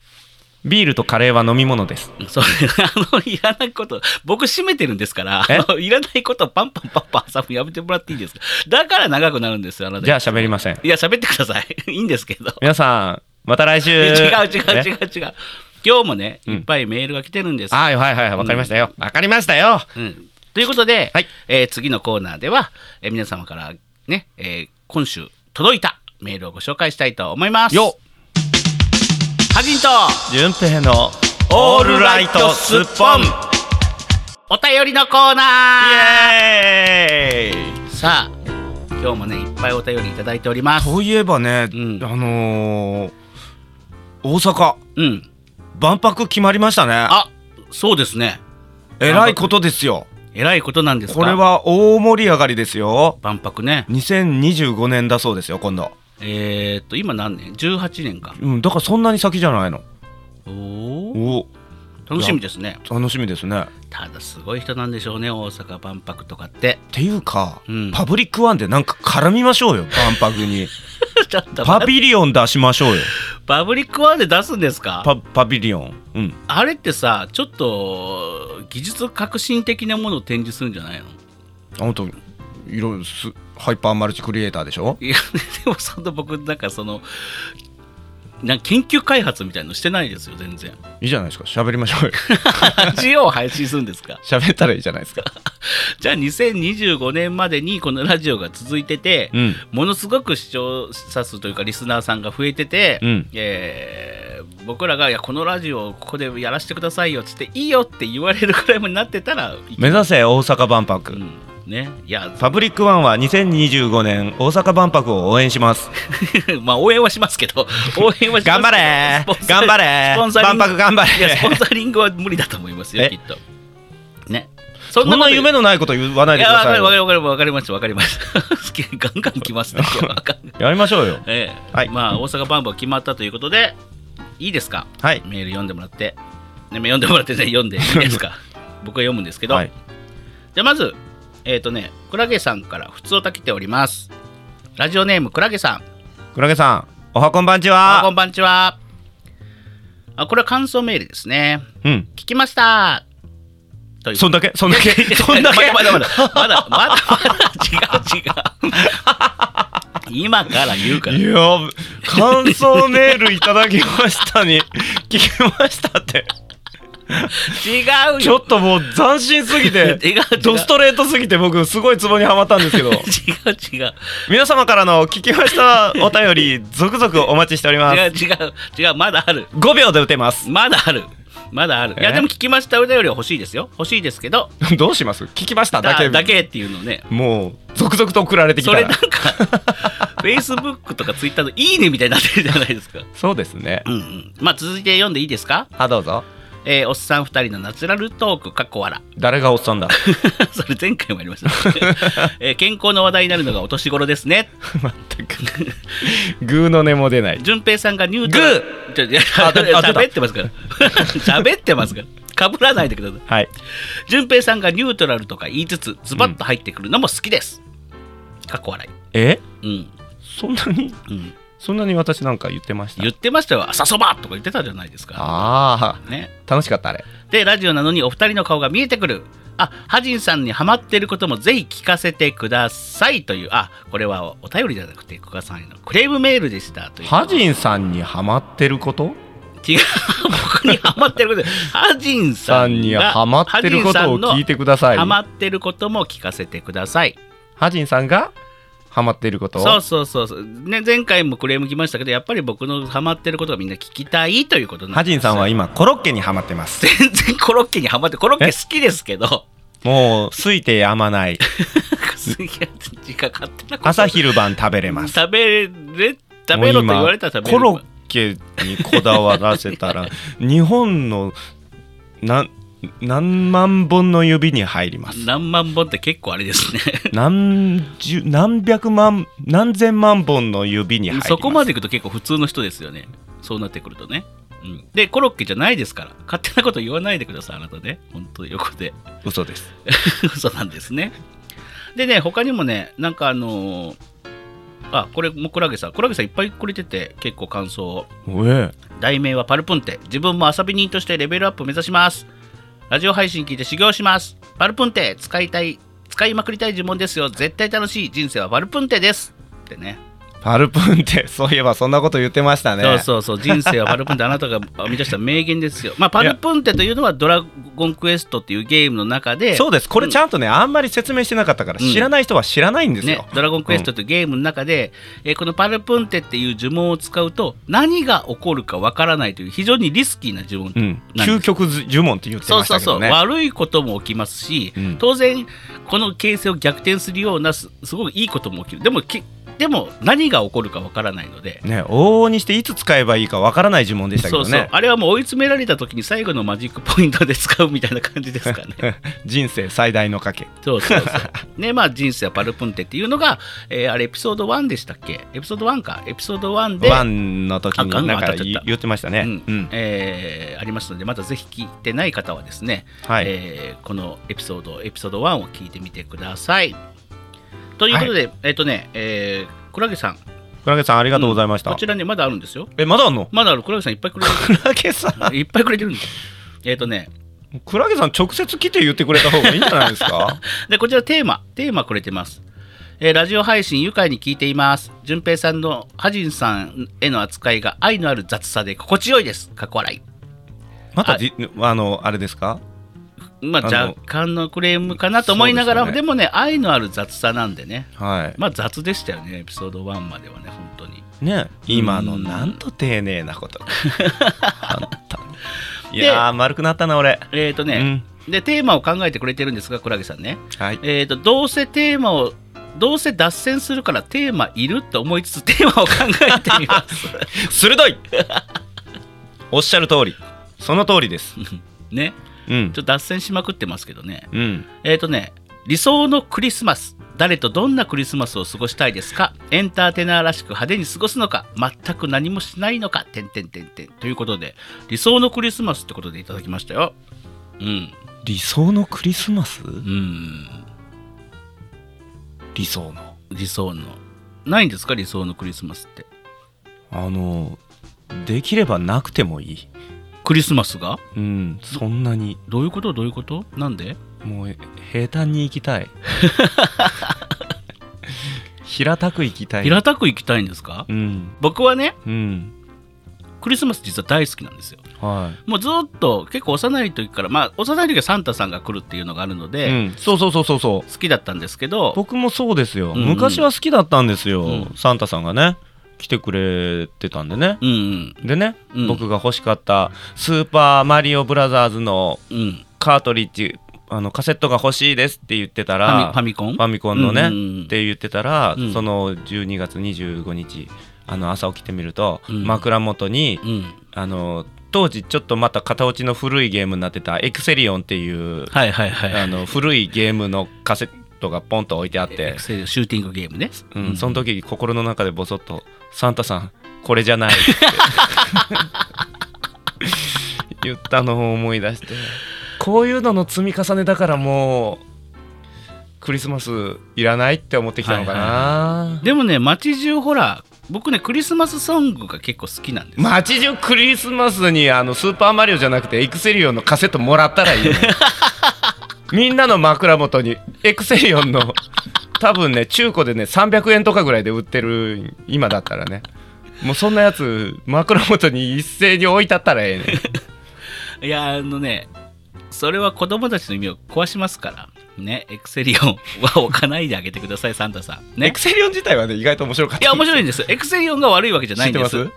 Speaker 2: ビールとカレーは飲み物です
Speaker 1: そう あのいらないこと僕閉めてるんですから
Speaker 2: え
Speaker 1: あ のいらないことパンパンパンパン挟むやめてもらっていいですかだから長くなるんですよあなた
Speaker 2: じゃあ喋りません
Speaker 1: いや喋ってください いいんですけど
Speaker 2: 皆さんまた来週
Speaker 1: 違う違う違
Speaker 2: ね
Speaker 1: う違う今日もね
Speaker 2: うん
Speaker 1: いっぱいメールが来てるんです、
Speaker 2: はいはいはいわかりましたよわかりましたよ
Speaker 1: うんということで、
Speaker 2: はい
Speaker 1: えー次のコーナーでは、えー皆様からね、えー今週届いたメールをご紹介したいと思います
Speaker 2: よ
Speaker 1: ハジンと
Speaker 2: 順平の
Speaker 1: オールライトスッポンお便りのコーナー
Speaker 2: イエーイ
Speaker 1: さあ今日もねいっぱいお便りいただいております
Speaker 2: といえばね、
Speaker 1: うん
Speaker 2: あのー、大阪
Speaker 1: うん
Speaker 2: 万博決まりましたね
Speaker 1: あそうですね
Speaker 2: えらいことですよ
Speaker 1: えらいことなんですか
Speaker 2: これは大盛り上がりですよ
Speaker 1: 万博ね
Speaker 2: 2025年だそうですよ今度
Speaker 1: えー、っと今何年18年か
Speaker 2: うんだからそんなに先じゃないの
Speaker 1: おお
Speaker 2: お
Speaker 1: 楽しみですね
Speaker 2: 楽しみですね
Speaker 1: ただすごい人なんでしょうね大阪万博とかって
Speaker 2: っていうか、
Speaker 1: うん
Speaker 2: パブリックワンでなんか絡みましょうよ万博 に
Speaker 1: ちょっと
Speaker 2: パ
Speaker 1: パ
Speaker 2: ビリオン出しましょうよ
Speaker 1: パブリックワンで出すんですか
Speaker 2: パパビリオンうん
Speaker 1: あれってさちょっと技術革新的なものを展示するんじゃないの
Speaker 2: あんたいろいろすハイパーマルチクリエイターでしょ
Speaker 1: いやでもそんな僕なんかそのなんか研究開発みたいのしてないですよ 全然
Speaker 2: いいじゃないですか喋り ましょうよ
Speaker 1: ジオを配信するんですか
Speaker 2: 喋ったらいいじゃないですか
Speaker 1: じゃあ2025年までにこのラジオが続いてて、
Speaker 2: うん
Speaker 1: ものすごく視聴者数というかリスナーさんが増えてて、
Speaker 2: うん
Speaker 1: えー僕らがいやこのラジオをここでやらせてくださいよっつっていいよって言われるくらいになってたら、
Speaker 2: 目指せ大阪万
Speaker 1: う
Speaker 2: 博
Speaker 1: んね、いや
Speaker 2: パブリックワンは2025年大阪万博を応援します
Speaker 1: まあ応援はしますけ ど応援はしますけど
Speaker 2: 頑張れ
Speaker 1: スポンサー
Speaker 2: 頑張れ
Speaker 1: スポンサリン
Speaker 2: 万
Speaker 1: グ
Speaker 2: 博頑張
Speaker 1: いやスポン
Speaker 2: れ
Speaker 1: サリングは無理だと思いますよ
Speaker 2: え
Speaker 1: きっとね
Speaker 2: そんな夢
Speaker 1: の
Speaker 2: のないこと言わない
Speaker 1: い
Speaker 2: でく
Speaker 1: や
Speaker 2: だ
Speaker 1: わ
Speaker 2: さ
Speaker 1: か
Speaker 2: い
Speaker 1: る
Speaker 2: よ
Speaker 1: わかるわかるわかりましたわかりま したガンガン来 ますね今日はわかんない
Speaker 2: やりましょうよ
Speaker 1: ええ
Speaker 2: はい
Speaker 1: まあ大阪万博決まったということでいいですか
Speaker 2: はい
Speaker 1: メール読んでもらって、ね、読んでもらってね読んでいいです か僕は読むんですけど、
Speaker 2: はい
Speaker 1: じゃあまずえっ、とねクラゲさんから普通をた来ておりますラジオネームクラゲさん
Speaker 2: クラゲさんおはこんばんち
Speaker 1: あこ
Speaker 2: は
Speaker 1: んばんちはあこれは感想メールですね
Speaker 2: うん
Speaker 1: 聞きましたという
Speaker 2: そん だけそんだけそんだけ
Speaker 1: まだまだ まだまだまだ違う違う今から言うから
Speaker 2: いや感想メールいただきましたに 聞きましたって
Speaker 1: 違う
Speaker 2: ちょ
Speaker 1: よ
Speaker 2: っともう斬新す ぎて
Speaker 1: 違う違う
Speaker 2: ドストレートすぎて僕すごいツボにはまったん ですけど
Speaker 1: 違う違う
Speaker 2: 皆様からの聞きましたお便り続々お待ちしております
Speaker 1: 違う違う違うまだある
Speaker 2: 5秒で打てます
Speaker 1: まだあるまだあるいや
Speaker 2: え
Speaker 1: でも聞きましたお便りは欲しいですよ欲しいですけど
Speaker 2: どうします聞きましただけ
Speaker 1: だだけっていうのね
Speaker 2: もう続々と送られてき
Speaker 1: そ
Speaker 2: た
Speaker 1: れなん
Speaker 2: ら
Speaker 1: か Facebook とか Twitter の「いいね」みたいになってるじゃないですか
Speaker 2: そうですね
Speaker 1: うんうんまあ続いて読んでいいですか
Speaker 2: あどうぞ
Speaker 1: えーおっさん2人のナチュラルトークかっこ笑
Speaker 2: 誰がおっさんだ
Speaker 1: それ前回もありましたね、 えー健康の話題になるのがお年頃ですね
Speaker 2: 全くグーの音も出ない
Speaker 1: 順平さんがニュートラルちょいや
Speaker 2: あ出たあ出た
Speaker 1: 喋ってますから 喋ってますからかぶらないでください
Speaker 2: はい
Speaker 1: 順平さんがニュートラルとか言いつつズバッと入ってくるのも好きです、かっこ笑
Speaker 2: え
Speaker 1: いうん
Speaker 2: そんなに
Speaker 1: うん
Speaker 2: そんなに私なんか言ってました
Speaker 1: 言ってましたよ朝そばとか言ってたじゃないですか
Speaker 2: ああ
Speaker 1: ね
Speaker 2: 楽しかったあれ
Speaker 1: でラジオなのにお二人の顔が見えてくるあハジンさんにハマってることもぜひ聞かせてくださいというあこれはお便りじゃなくて久我さんへのクレームメールでしたという
Speaker 2: ハジンさんにハマってること
Speaker 1: 違う 僕にハマってることハジンさ
Speaker 2: さ
Speaker 1: ん
Speaker 2: んに
Speaker 1: が
Speaker 2: ハマってることを聞いてください
Speaker 1: ハマってることも聞かせてください
Speaker 2: ハジンさんがハマってること
Speaker 1: そうそうそうそう、ね、前回もクレーム来ましたけどやっぱり僕のハマってることがみんな聞きたいということなん
Speaker 2: ハ
Speaker 1: です
Speaker 2: ジンさんは今コロッケにハマってます
Speaker 1: 全然コロッケにハマってコロッケ好きですけど
Speaker 2: もうついてやま ない
Speaker 1: すげえ時間勝手なこと
Speaker 2: 朝昼晩食べれます
Speaker 1: 食べれ食べろと言われたら食べる
Speaker 2: もう今コロッケにこだわらせ たら日本の何何万本の指に入ります
Speaker 1: 何万本って結構あれですね
Speaker 2: 何十何百万何千万本の指に入ります
Speaker 1: そこまでいくと結構普通の人ですよねそうなってくるとね、うん、でコロッケじゃないですから勝手なこと言わないでくださいあなたね本当横 で
Speaker 2: 嘘です
Speaker 1: 嘘なんですねでね他にもねなんかあのーあこれもクラゲさんクラゲさんいっぱいくれてて結構感想を
Speaker 2: おえ
Speaker 1: 題名はパルプンテ自分も遊び人としてレベルアップ目指しますラジオ配信聞いて修行しますパルプンテ使いたい使いまくりたい呪文ですよ絶対楽しい人生はパルプンテですってね
Speaker 2: パルプンって そういえばそんなこと言ってましたね
Speaker 1: そうそうそう人生はパルプンテあなたが 生み出した名言ですよまあパルプンテというのはドラゴンクエストっていうゲームの中で
Speaker 2: そうですこれちゃんとね、あんまり説明してなかったから、
Speaker 1: うん
Speaker 2: 知らない人は知らないんですよ
Speaker 1: ね、、ドラゴンクエストというゲームの中で、えーこのパルプンテっていう呪文を使うと何が起こるかわからないという非常にリスキーな呪文
Speaker 2: う
Speaker 1: なん
Speaker 2: ん
Speaker 1: です
Speaker 2: 究極呪文って言って
Speaker 1: そう
Speaker 2: まし
Speaker 1: そう
Speaker 2: たけ
Speaker 1: そ
Speaker 2: ど
Speaker 1: う、
Speaker 2: ね
Speaker 1: 悪いことも起きますし、
Speaker 2: うん
Speaker 1: 当然この形勢を逆転するようなすすごくいいことも起きるでもきでも何が起こるかわからないので、
Speaker 2: ね往々にしていつ使えばいいかわからない呪文でしたけ
Speaker 1: そ
Speaker 2: ど
Speaker 1: う
Speaker 2: ね
Speaker 1: そうあれはもう追い詰められた時に最後のマジックポイントで使うみたいな感じです かね
Speaker 2: 人生最大の賭け
Speaker 1: そうそうそうねまあ人生はパルプンテっていうのが、えーあれエピソード1でしたっけエピソード1かエピソード1で
Speaker 2: ワンの時
Speaker 1: あガン
Speaker 2: に
Speaker 1: ガ
Speaker 2: な
Speaker 1: ン当
Speaker 2: ん
Speaker 1: たっ
Speaker 2: か
Speaker 1: ちゃった
Speaker 2: 言言ってましたね、
Speaker 1: うん
Speaker 2: うん
Speaker 1: えーありますのでまだぜひ聞いてない方はですね、
Speaker 2: はい
Speaker 1: えーこのエピソードエピソード1を聞いてみてください。ということで、えっ、とね、えー、クラゲさん、
Speaker 2: クラゲさんありがとうございました、
Speaker 1: こちらね、まだあるんですよ。
Speaker 2: えまだあんの
Speaker 1: まだある、クラゲさんいっぱいくれ
Speaker 2: クラゲさん
Speaker 1: てる。いっぱいくれてるんです。えっ、とね、
Speaker 2: クラゲさん直接来て言ってくれた方がいいんじゃないです か
Speaker 1: でこちらテーマテーマくれてます、えーラジオ配信愉快に聞いています順平さんのハジンさんへの扱いが愛のある雑さで心地よいです過去笑
Speaker 2: またじあのあれですか
Speaker 1: いまあ
Speaker 2: あの
Speaker 1: 若干のクレームかなと思いながら
Speaker 2: そ
Speaker 1: で,、
Speaker 2: うですよ
Speaker 1: もね愛のある雑さなんでね
Speaker 2: はい
Speaker 1: まあ雑でしたよねエピソード1まではね本当に
Speaker 2: ね今の
Speaker 1: うん
Speaker 2: なんと丁寧な こと本当にいやー丸くなったな俺
Speaker 1: えっ、とね、でテーマを考えてくれてるんですがクラゲさんね
Speaker 2: うんはい
Speaker 1: えっ、とどうせテーマをどうせ脱線するからテーマいると思いつつテーマを考えてみます
Speaker 2: 鋭いおっしゃる通りその通りです
Speaker 1: ね
Speaker 2: うん
Speaker 1: ちょっと脱線しまくってますけどね
Speaker 2: うん
Speaker 1: えーとね、理想のクリスマス。誰とどんなクリスマスを過ごしたいですかエンターテイナーらしく派手に過ごすのか全く何もしないのかてんてんてんてんということで理想のクリスマスってことでいただきましたよ。うん。
Speaker 2: 理想のクリスマス
Speaker 1: うん。
Speaker 2: 理想の
Speaker 1: 理想の。ないんですか理想のクリスマスって。
Speaker 2: あのできればなくてもいい
Speaker 1: クリスマスが
Speaker 2: うんそんなに
Speaker 1: どういうことどういうことなんで
Speaker 2: もう平坦に行きたい 平たく行きたい
Speaker 1: 平たく行きたいんですか
Speaker 2: うん
Speaker 1: 僕はね、
Speaker 2: うん
Speaker 1: クリスマス実は大好きなんですよ。
Speaker 2: はい
Speaker 1: もうずっと結構幼い時から、まあ幼い時はサンタさんが来るっていうのがあるので、
Speaker 2: うん、そうそうそうそうそう
Speaker 1: 好きだったんですけど、
Speaker 2: 僕もそうですよ、
Speaker 1: うんうん
Speaker 2: 昔は好きだったんですよ、
Speaker 1: うん
Speaker 2: サンタさんがね来てくれてたんでね、
Speaker 1: うんうん
Speaker 2: でね、
Speaker 1: うん
Speaker 2: 僕が欲しかった「スーパーマリオブラザーズ」の
Speaker 1: うん、
Speaker 2: カートリッジあのカセットが欲しいですって言ってた
Speaker 1: ファミ
Speaker 2: ら
Speaker 1: ファミコン
Speaker 2: ファミコンのね、
Speaker 1: うんうんうん
Speaker 2: って言ってたら、
Speaker 1: うん
Speaker 2: その12月25日あの朝起きてみると、
Speaker 1: うん
Speaker 2: 枕元に
Speaker 1: うん、
Speaker 2: あの当時ちょっとまた片落ちの古いゲームになってた「エクセリオン」っていう
Speaker 1: はいはいはい
Speaker 2: あの古いゲームのカセットがポンと置いてあっ
Speaker 1: エ
Speaker 2: て
Speaker 1: ク、セルシューティングゲームね、
Speaker 2: うん
Speaker 1: うん
Speaker 2: その時心の中でボソッと「サンタさんこれじゃない」って言ったのを思い出してこういうのの積み重ねだからもうクリスマスいらないって思ってきたのかな、
Speaker 1: でもね街中ほら僕ねクリスマスソングが結構好きなんです、
Speaker 2: 街中クリスマスにあのスーパーマリオじゃなくてエクセリオンのカセットもらったら いいよねみんなの枕元にエクセリオンの 多分ね中古でね300円とかぐらいで売ってる今だったらねもうそんなやつ枕元に一斉に置いたったらええね
Speaker 1: いやあのねそれは子供たちの意味を壊しますからねエクセリオンは置かないであげてください サンタさん
Speaker 2: エ
Speaker 1: ね
Speaker 2: クセリオン自体はね意外と面白かっ
Speaker 1: い
Speaker 2: た
Speaker 1: や面白いんですエクセリオンが悪いわけじゃないんです
Speaker 2: 知ってま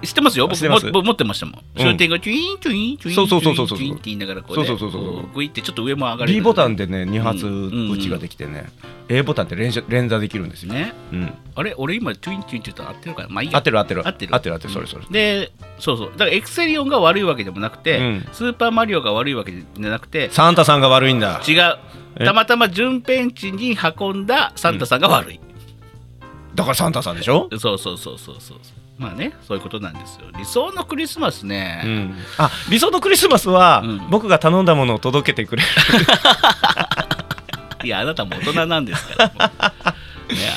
Speaker 1: 知ってますよ
Speaker 2: あ
Speaker 1: 僕
Speaker 2: 知ってます
Speaker 1: も僕持ってましたもん
Speaker 2: ん
Speaker 1: 商店がチュイーンチュイーンチュイー
Speaker 2: そ
Speaker 1: ン
Speaker 2: う
Speaker 1: チ
Speaker 2: そ
Speaker 1: ュ
Speaker 2: う
Speaker 1: イ
Speaker 2: そう
Speaker 1: ー
Speaker 2: そ
Speaker 1: ンチ
Speaker 2: うそう
Speaker 1: ュイーンって言いながらこうね
Speaker 2: そうそうそうそうそう
Speaker 1: グイってちょっと上も上がれる
Speaker 2: B ボタンでね2発
Speaker 1: うん
Speaker 2: 打ちができてね、A ボタンって連射連打できるんですよ、
Speaker 1: ね
Speaker 2: うん、
Speaker 1: あれ俺今チュイーンチュイーンって言ったら合ってるからまあいい
Speaker 2: 合
Speaker 1: や
Speaker 2: ってる合ってる
Speaker 1: 合ってる
Speaker 2: 合ってる合ってるそれそれ
Speaker 1: でそうそうだからエクセリオンが悪いわけでもなくて、
Speaker 2: うん
Speaker 1: スーパーマリオが悪いわけじゃなくて
Speaker 2: サンタさんが悪いんだ
Speaker 1: 違う
Speaker 2: え
Speaker 1: たまたま順平地に運んだサンタさんが悪い、
Speaker 2: だからサンタさんでしょ
Speaker 1: そうそうそうそうそうまあねそういうことなんですよ理想のクリスマスね、
Speaker 2: あ理想のクリスマスは、
Speaker 1: うん
Speaker 2: 僕が頼んだものを届けてくれる
Speaker 1: いやあなたも大人なんですからもう ね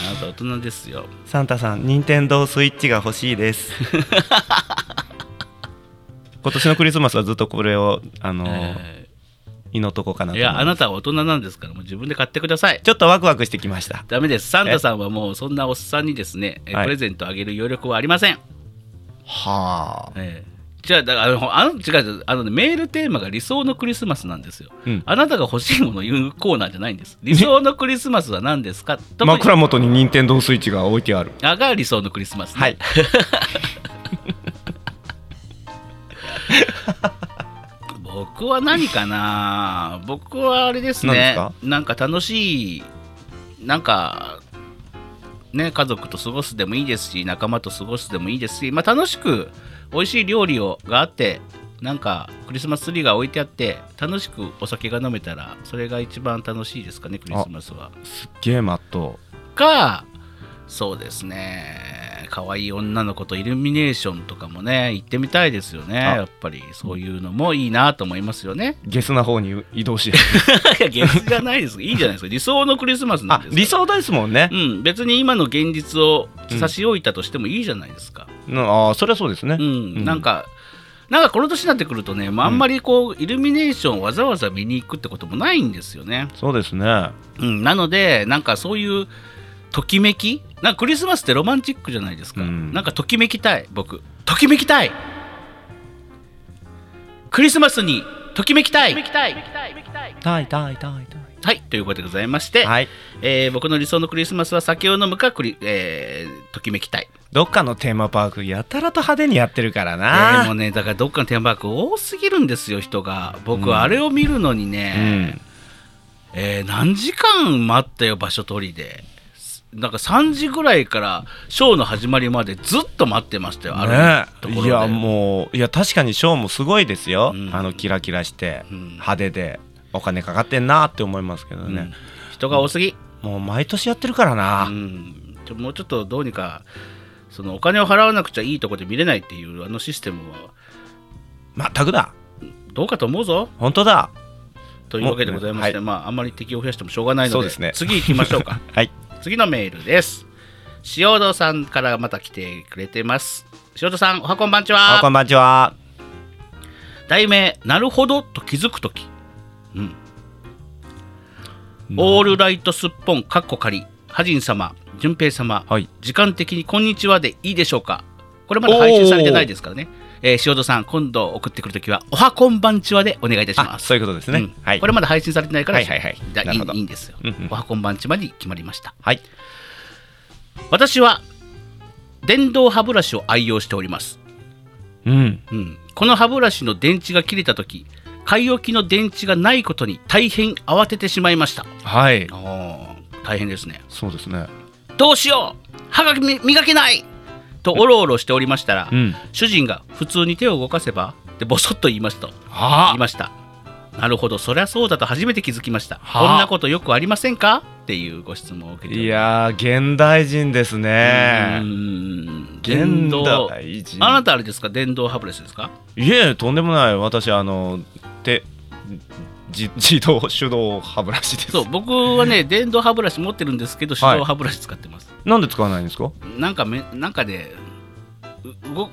Speaker 1: あなた大人ですよ
Speaker 2: サンタさん任天堂スイッチが欲しいです 今年のクリスマスはずっとこれをあの、
Speaker 1: え
Speaker 2: 祈っとこうかな
Speaker 1: ー
Speaker 2: と
Speaker 1: い
Speaker 2: 思
Speaker 1: やあなたは大人なんですからもう自分で買ってください
Speaker 2: ちょっとワクワクしてきました
Speaker 1: ダメですサンタさんはもうそんなおっさんにですねえー
Speaker 2: はい
Speaker 1: プレゼントあげる余力はありません、
Speaker 2: はあ
Speaker 1: ええじゃあだからあのあの違う違うあの、ね、メールテーマが理想のクリスマスなんですよ、
Speaker 2: うん
Speaker 1: あなたが欲しいものを言うコーナーじゃないん です理想のクリスマスは何ですか特に
Speaker 2: 枕元に任天堂スイッチが置いてある
Speaker 1: あが理想のクリスマスね、
Speaker 2: はい
Speaker 1: 僕は何かな僕はあれです
Speaker 2: 何で
Speaker 1: ね
Speaker 2: すか
Speaker 1: なんか楽しいなんかね家族と過ごすでもいいですし仲間と過ごすでもいいですし、まあ、楽しく美味しい料理をがあってなんかクリスマスツリーが置いてあって楽しくお酒が飲めたらそれが一番楽しいですかねクリスマスは。
Speaker 2: ゲーマット
Speaker 1: かそうですね可愛い女の子とイルミネーションとかもね行ってみたいですよね
Speaker 2: あ
Speaker 1: やっぱりそういうのもいいなと思いますよね
Speaker 2: ゲスな方に移動して
Speaker 1: いやゲスじゃ ないです いいじゃないですか理想のクリスマスなん
Speaker 2: あ
Speaker 1: ですから
Speaker 2: 理想ですもんね
Speaker 1: う、ん別に今の現実を差し置いたとしてもいいじゃないですか
Speaker 2: うんああそれはそうですね、
Speaker 1: うん、なんかなんかこの年になってくるとね、まあ、あんまりこうイルミネーションをわざわざ見に行くってこともないんですよね、
Speaker 2: そうですね
Speaker 1: うん、なのでなんかそういうときめきなんかクリスマスってロマンチックじゃないですか、
Speaker 2: うん
Speaker 1: なんかときめきたい僕ときめきたいクリスマスにときめきたい
Speaker 2: たいたいたいたい
Speaker 1: はいということでございまして、
Speaker 2: はい
Speaker 1: えー僕の理想のクリスマスは酒を飲むかクリ、えーときめきたい
Speaker 2: どっかのテーマパークやたらと派手にやってるから
Speaker 1: えー
Speaker 2: な、
Speaker 1: もうねだからどっかのテーマパーク多すぎるんですよ人が僕
Speaker 2: うん
Speaker 1: はあれを見るのにね、えー何時間待ったよ場所取りでなんか3時ぐらいからショーの始まりまでずっと待ってましたよあれところ
Speaker 2: ね
Speaker 1: で
Speaker 2: いやもういや確かにショーもすごいですよ、
Speaker 1: うん
Speaker 2: あのキラキラして
Speaker 1: うん
Speaker 2: 派手でお金かかってんなって思いますけど
Speaker 1: うん
Speaker 2: ね、
Speaker 1: 人が多すぎ、
Speaker 2: もう毎年やってるから
Speaker 1: う
Speaker 2: な、
Speaker 1: ん、ちょもうちょっとどうにかそのお金を払わなくちゃいいとこで見れないっていうあのシステムは
Speaker 2: 全くだ
Speaker 1: どうかと思うぞ
Speaker 2: 本当だ
Speaker 1: というわけでございまして、まああんまり敵を増やしてもしょうがないので
Speaker 2: そうですね
Speaker 1: 次行きましょうか
Speaker 2: はい
Speaker 1: 次のメールです塩戸さんからまた来てくれてます塩戸さんおはこんばんち
Speaker 2: あこ
Speaker 1: は
Speaker 2: んばんちは
Speaker 1: 題名なるほどと気づくとき、うん、オールライトすっぽんかっこ仮ハジン様順平様、
Speaker 2: はい
Speaker 1: 時間的にこんにちはでいいでしょうかこれまだ配信されてないですからね、えー塩戸さん今度送ってくるときはおはこんばんちはでお願いいたし
Speaker 2: あ
Speaker 1: ます
Speaker 2: そういうことですね、
Speaker 1: うん
Speaker 2: はい
Speaker 1: これまだ配信されてないから、
Speaker 2: はいはいはい
Speaker 1: だい
Speaker 2: なるほど
Speaker 1: いいんですよ、
Speaker 2: うんうん
Speaker 1: おはこんばんちまで決まりました
Speaker 2: はい
Speaker 1: 私は電動歯ブラシを愛用しております、
Speaker 2: うん
Speaker 1: うん、この歯ブラシの電池が切れた時買い置きの電池がないことに大変慌ててしまいました
Speaker 2: はい
Speaker 1: 大変ですね
Speaker 2: そうですね
Speaker 1: どうしよう歯がみ磨けないとおろおろしておりましたら、
Speaker 2: うん
Speaker 1: 主人が普通に手を動かせばってボソッと言いました言
Speaker 2: はい
Speaker 1: ましたなるほどそりゃそうだと初めて気づきました
Speaker 2: はあ
Speaker 1: こんなことよくありませんかっていうご質問を受けてお
Speaker 2: い
Speaker 1: りま
Speaker 2: やー現代人です
Speaker 1: す
Speaker 2: ね
Speaker 1: うーん電
Speaker 2: 現
Speaker 1: 動
Speaker 2: 代人
Speaker 1: あなたあれですか電動歯ブラシですか
Speaker 2: いえとんでもない私あの手じ 自動手動歯ブラシです
Speaker 1: そう僕はね電動歯ブラシ持ってるんですけど手動歯ブラシ使ってます、
Speaker 2: なんで使わないんですか
Speaker 1: なんかめなんかねう動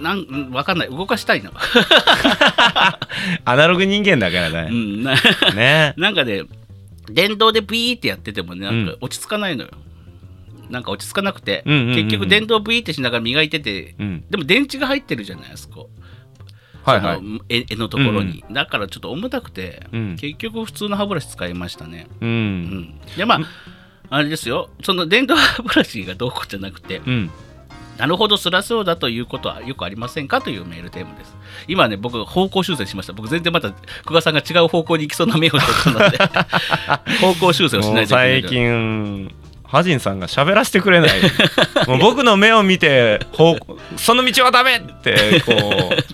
Speaker 1: なんうんわかんない動か したいな、
Speaker 2: アナログ人間だから
Speaker 1: う
Speaker 2: ね、
Speaker 1: ん、 な
Speaker 2: ね
Speaker 1: なんかね電動でビーってやっててもねなん
Speaker 2: う
Speaker 1: か落ち着かないのよ、なんか落ち着かなくて、
Speaker 2: うんうんうんうん
Speaker 1: 結局電動ビーってしながら磨いてて
Speaker 2: うん
Speaker 1: でも電池が入ってるじゃないあそこ
Speaker 2: はいはい
Speaker 1: その絵絵のところに、だからちょっと重たくて、
Speaker 2: うん
Speaker 1: 結局普通の歯ブラシ使いましたね
Speaker 2: う
Speaker 1: うんんでまああれですよその電動歯ブラシがどうこうじゃなくて
Speaker 2: うん
Speaker 1: なるほど、そらそうだということはよくありませんかというメールテーマです。今ね、僕、方向修正しました。僕、全然また、久我さんが違う方向に行きそうな目をしてたので、 方向修正をし
Speaker 2: も
Speaker 1: な
Speaker 2: う
Speaker 1: いといけないの
Speaker 2: 最
Speaker 1: で。
Speaker 2: 近ハジンさんが喋らせてく れないもう僕の目を見て方その道はダメってこ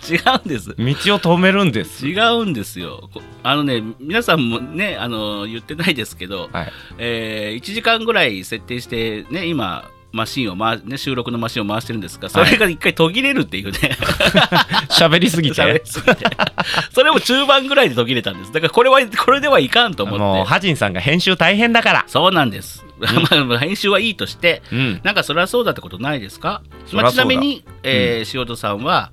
Speaker 1: 違うんです。
Speaker 2: う道を止めるんで す
Speaker 1: 違うんですよ。こあのね、皆さんもね、あの、言ってないですけど、
Speaker 2: はい
Speaker 1: え1時間ぐらい設定して、ね、今、マシンを回、ね、収録のマシンを回してるんですが、それが一回途切れるっていうね。
Speaker 2: 喋りすぎ
Speaker 1: 喋
Speaker 2: て
Speaker 1: りすぎて それも中盤ぐらいで途切れたんですだからこれはこれではいかんと思って
Speaker 2: もうハジンさんが編集大変だから
Speaker 1: そうなんです。 まあ編集はいいとして、
Speaker 2: うん
Speaker 1: なんかそれはそうだってことないですか、
Speaker 2: そり
Speaker 1: まあ、
Speaker 2: ゃ
Speaker 1: ち
Speaker 2: そう
Speaker 1: な
Speaker 2: だ
Speaker 1: みに、えー塩戸さんは、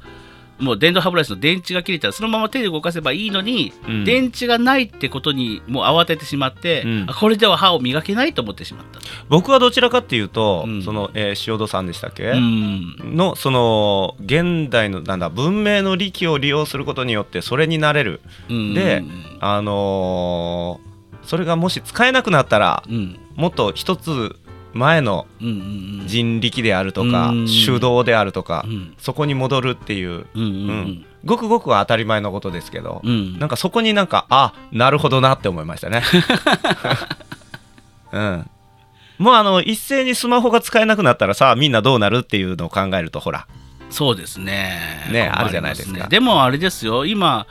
Speaker 1: もう電動歯ブラシの電池が切れたら、そのまま手で動かせばいいのに、
Speaker 2: うん
Speaker 1: 電池がないってことにもう慌ててしまって、
Speaker 2: うん
Speaker 1: あこれでは歯を磨けないと思ってしまった。
Speaker 2: 僕はどちらかっていうと、
Speaker 1: うん
Speaker 2: その、えー塩戸さんでしたっけ、
Speaker 1: うん
Speaker 2: のその現代のなんだ文明の利器を利用することによってそれになれる
Speaker 1: うん
Speaker 2: で
Speaker 1: うん
Speaker 2: あのーそれがもし使えなくなったら
Speaker 1: うん
Speaker 2: もっと一つ前の
Speaker 1: うんうんうん
Speaker 2: 人力であるとか
Speaker 1: うん
Speaker 2: 手動であるとか
Speaker 1: うん
Speaker 2: そこに戻るっていう
Speaker 1: うんうん
Speaker 2: ごくごくは当たり前のことですけど
Speaker 1: うんうん
Speaker 2: なんかそこになんかあなるほどなって思いました ね。うんもうあの一斉にスマホが使えなくなったらさみんなどうなるっていうのを考えるとほら
Speaker 1: そうですね。
Speaker 2: ね
Speaker 1: 困りますね
Speaker 2: あるじゃないですか
Speaker 1: でもあれですよ、今、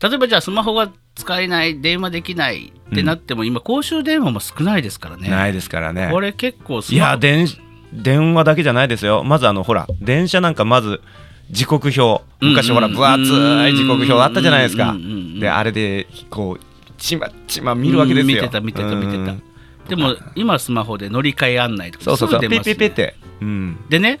Speaker 1: 例えばじゃあスマホが使えない、電話できないってなっても、今、公衆電話も少ないですからね。
Speaker 2: ないですからね。
Speaker 1: これ結構ス
Speaker 2: い
Speaker 1: マホ
Speaker 2: や電電話だけじゃないですよまずあのほら電車なんかまず時刻表昔
Speaker 1: うん
Speaker 2: ほ
Speaker 1: うん
Speaker 2: ら分厚い時刻表あったじゃないです
Speaker 1: う
Speaker 2: か
Speaker 1: んうんうん
Speaker 2: であれでこうちまちま見るわけですよ
Speaker 1: うん見てた、見てた、見て
Speaker 2: う
Speaker 1: た
Speaker 2: ん。
Speaker 1: でも今、スマホで乗り換え案内とか
Speaker 2: そうそうそう
Speaker 1: すぐ
Speaker 2: ピ
Speaker 1: 出ま
Speaker 2: ッ
Speaker 1: す
Speaker 2: ピ
Speaker 1: よ
Speaker 2: ッピッってうん
Speaker 1: でね、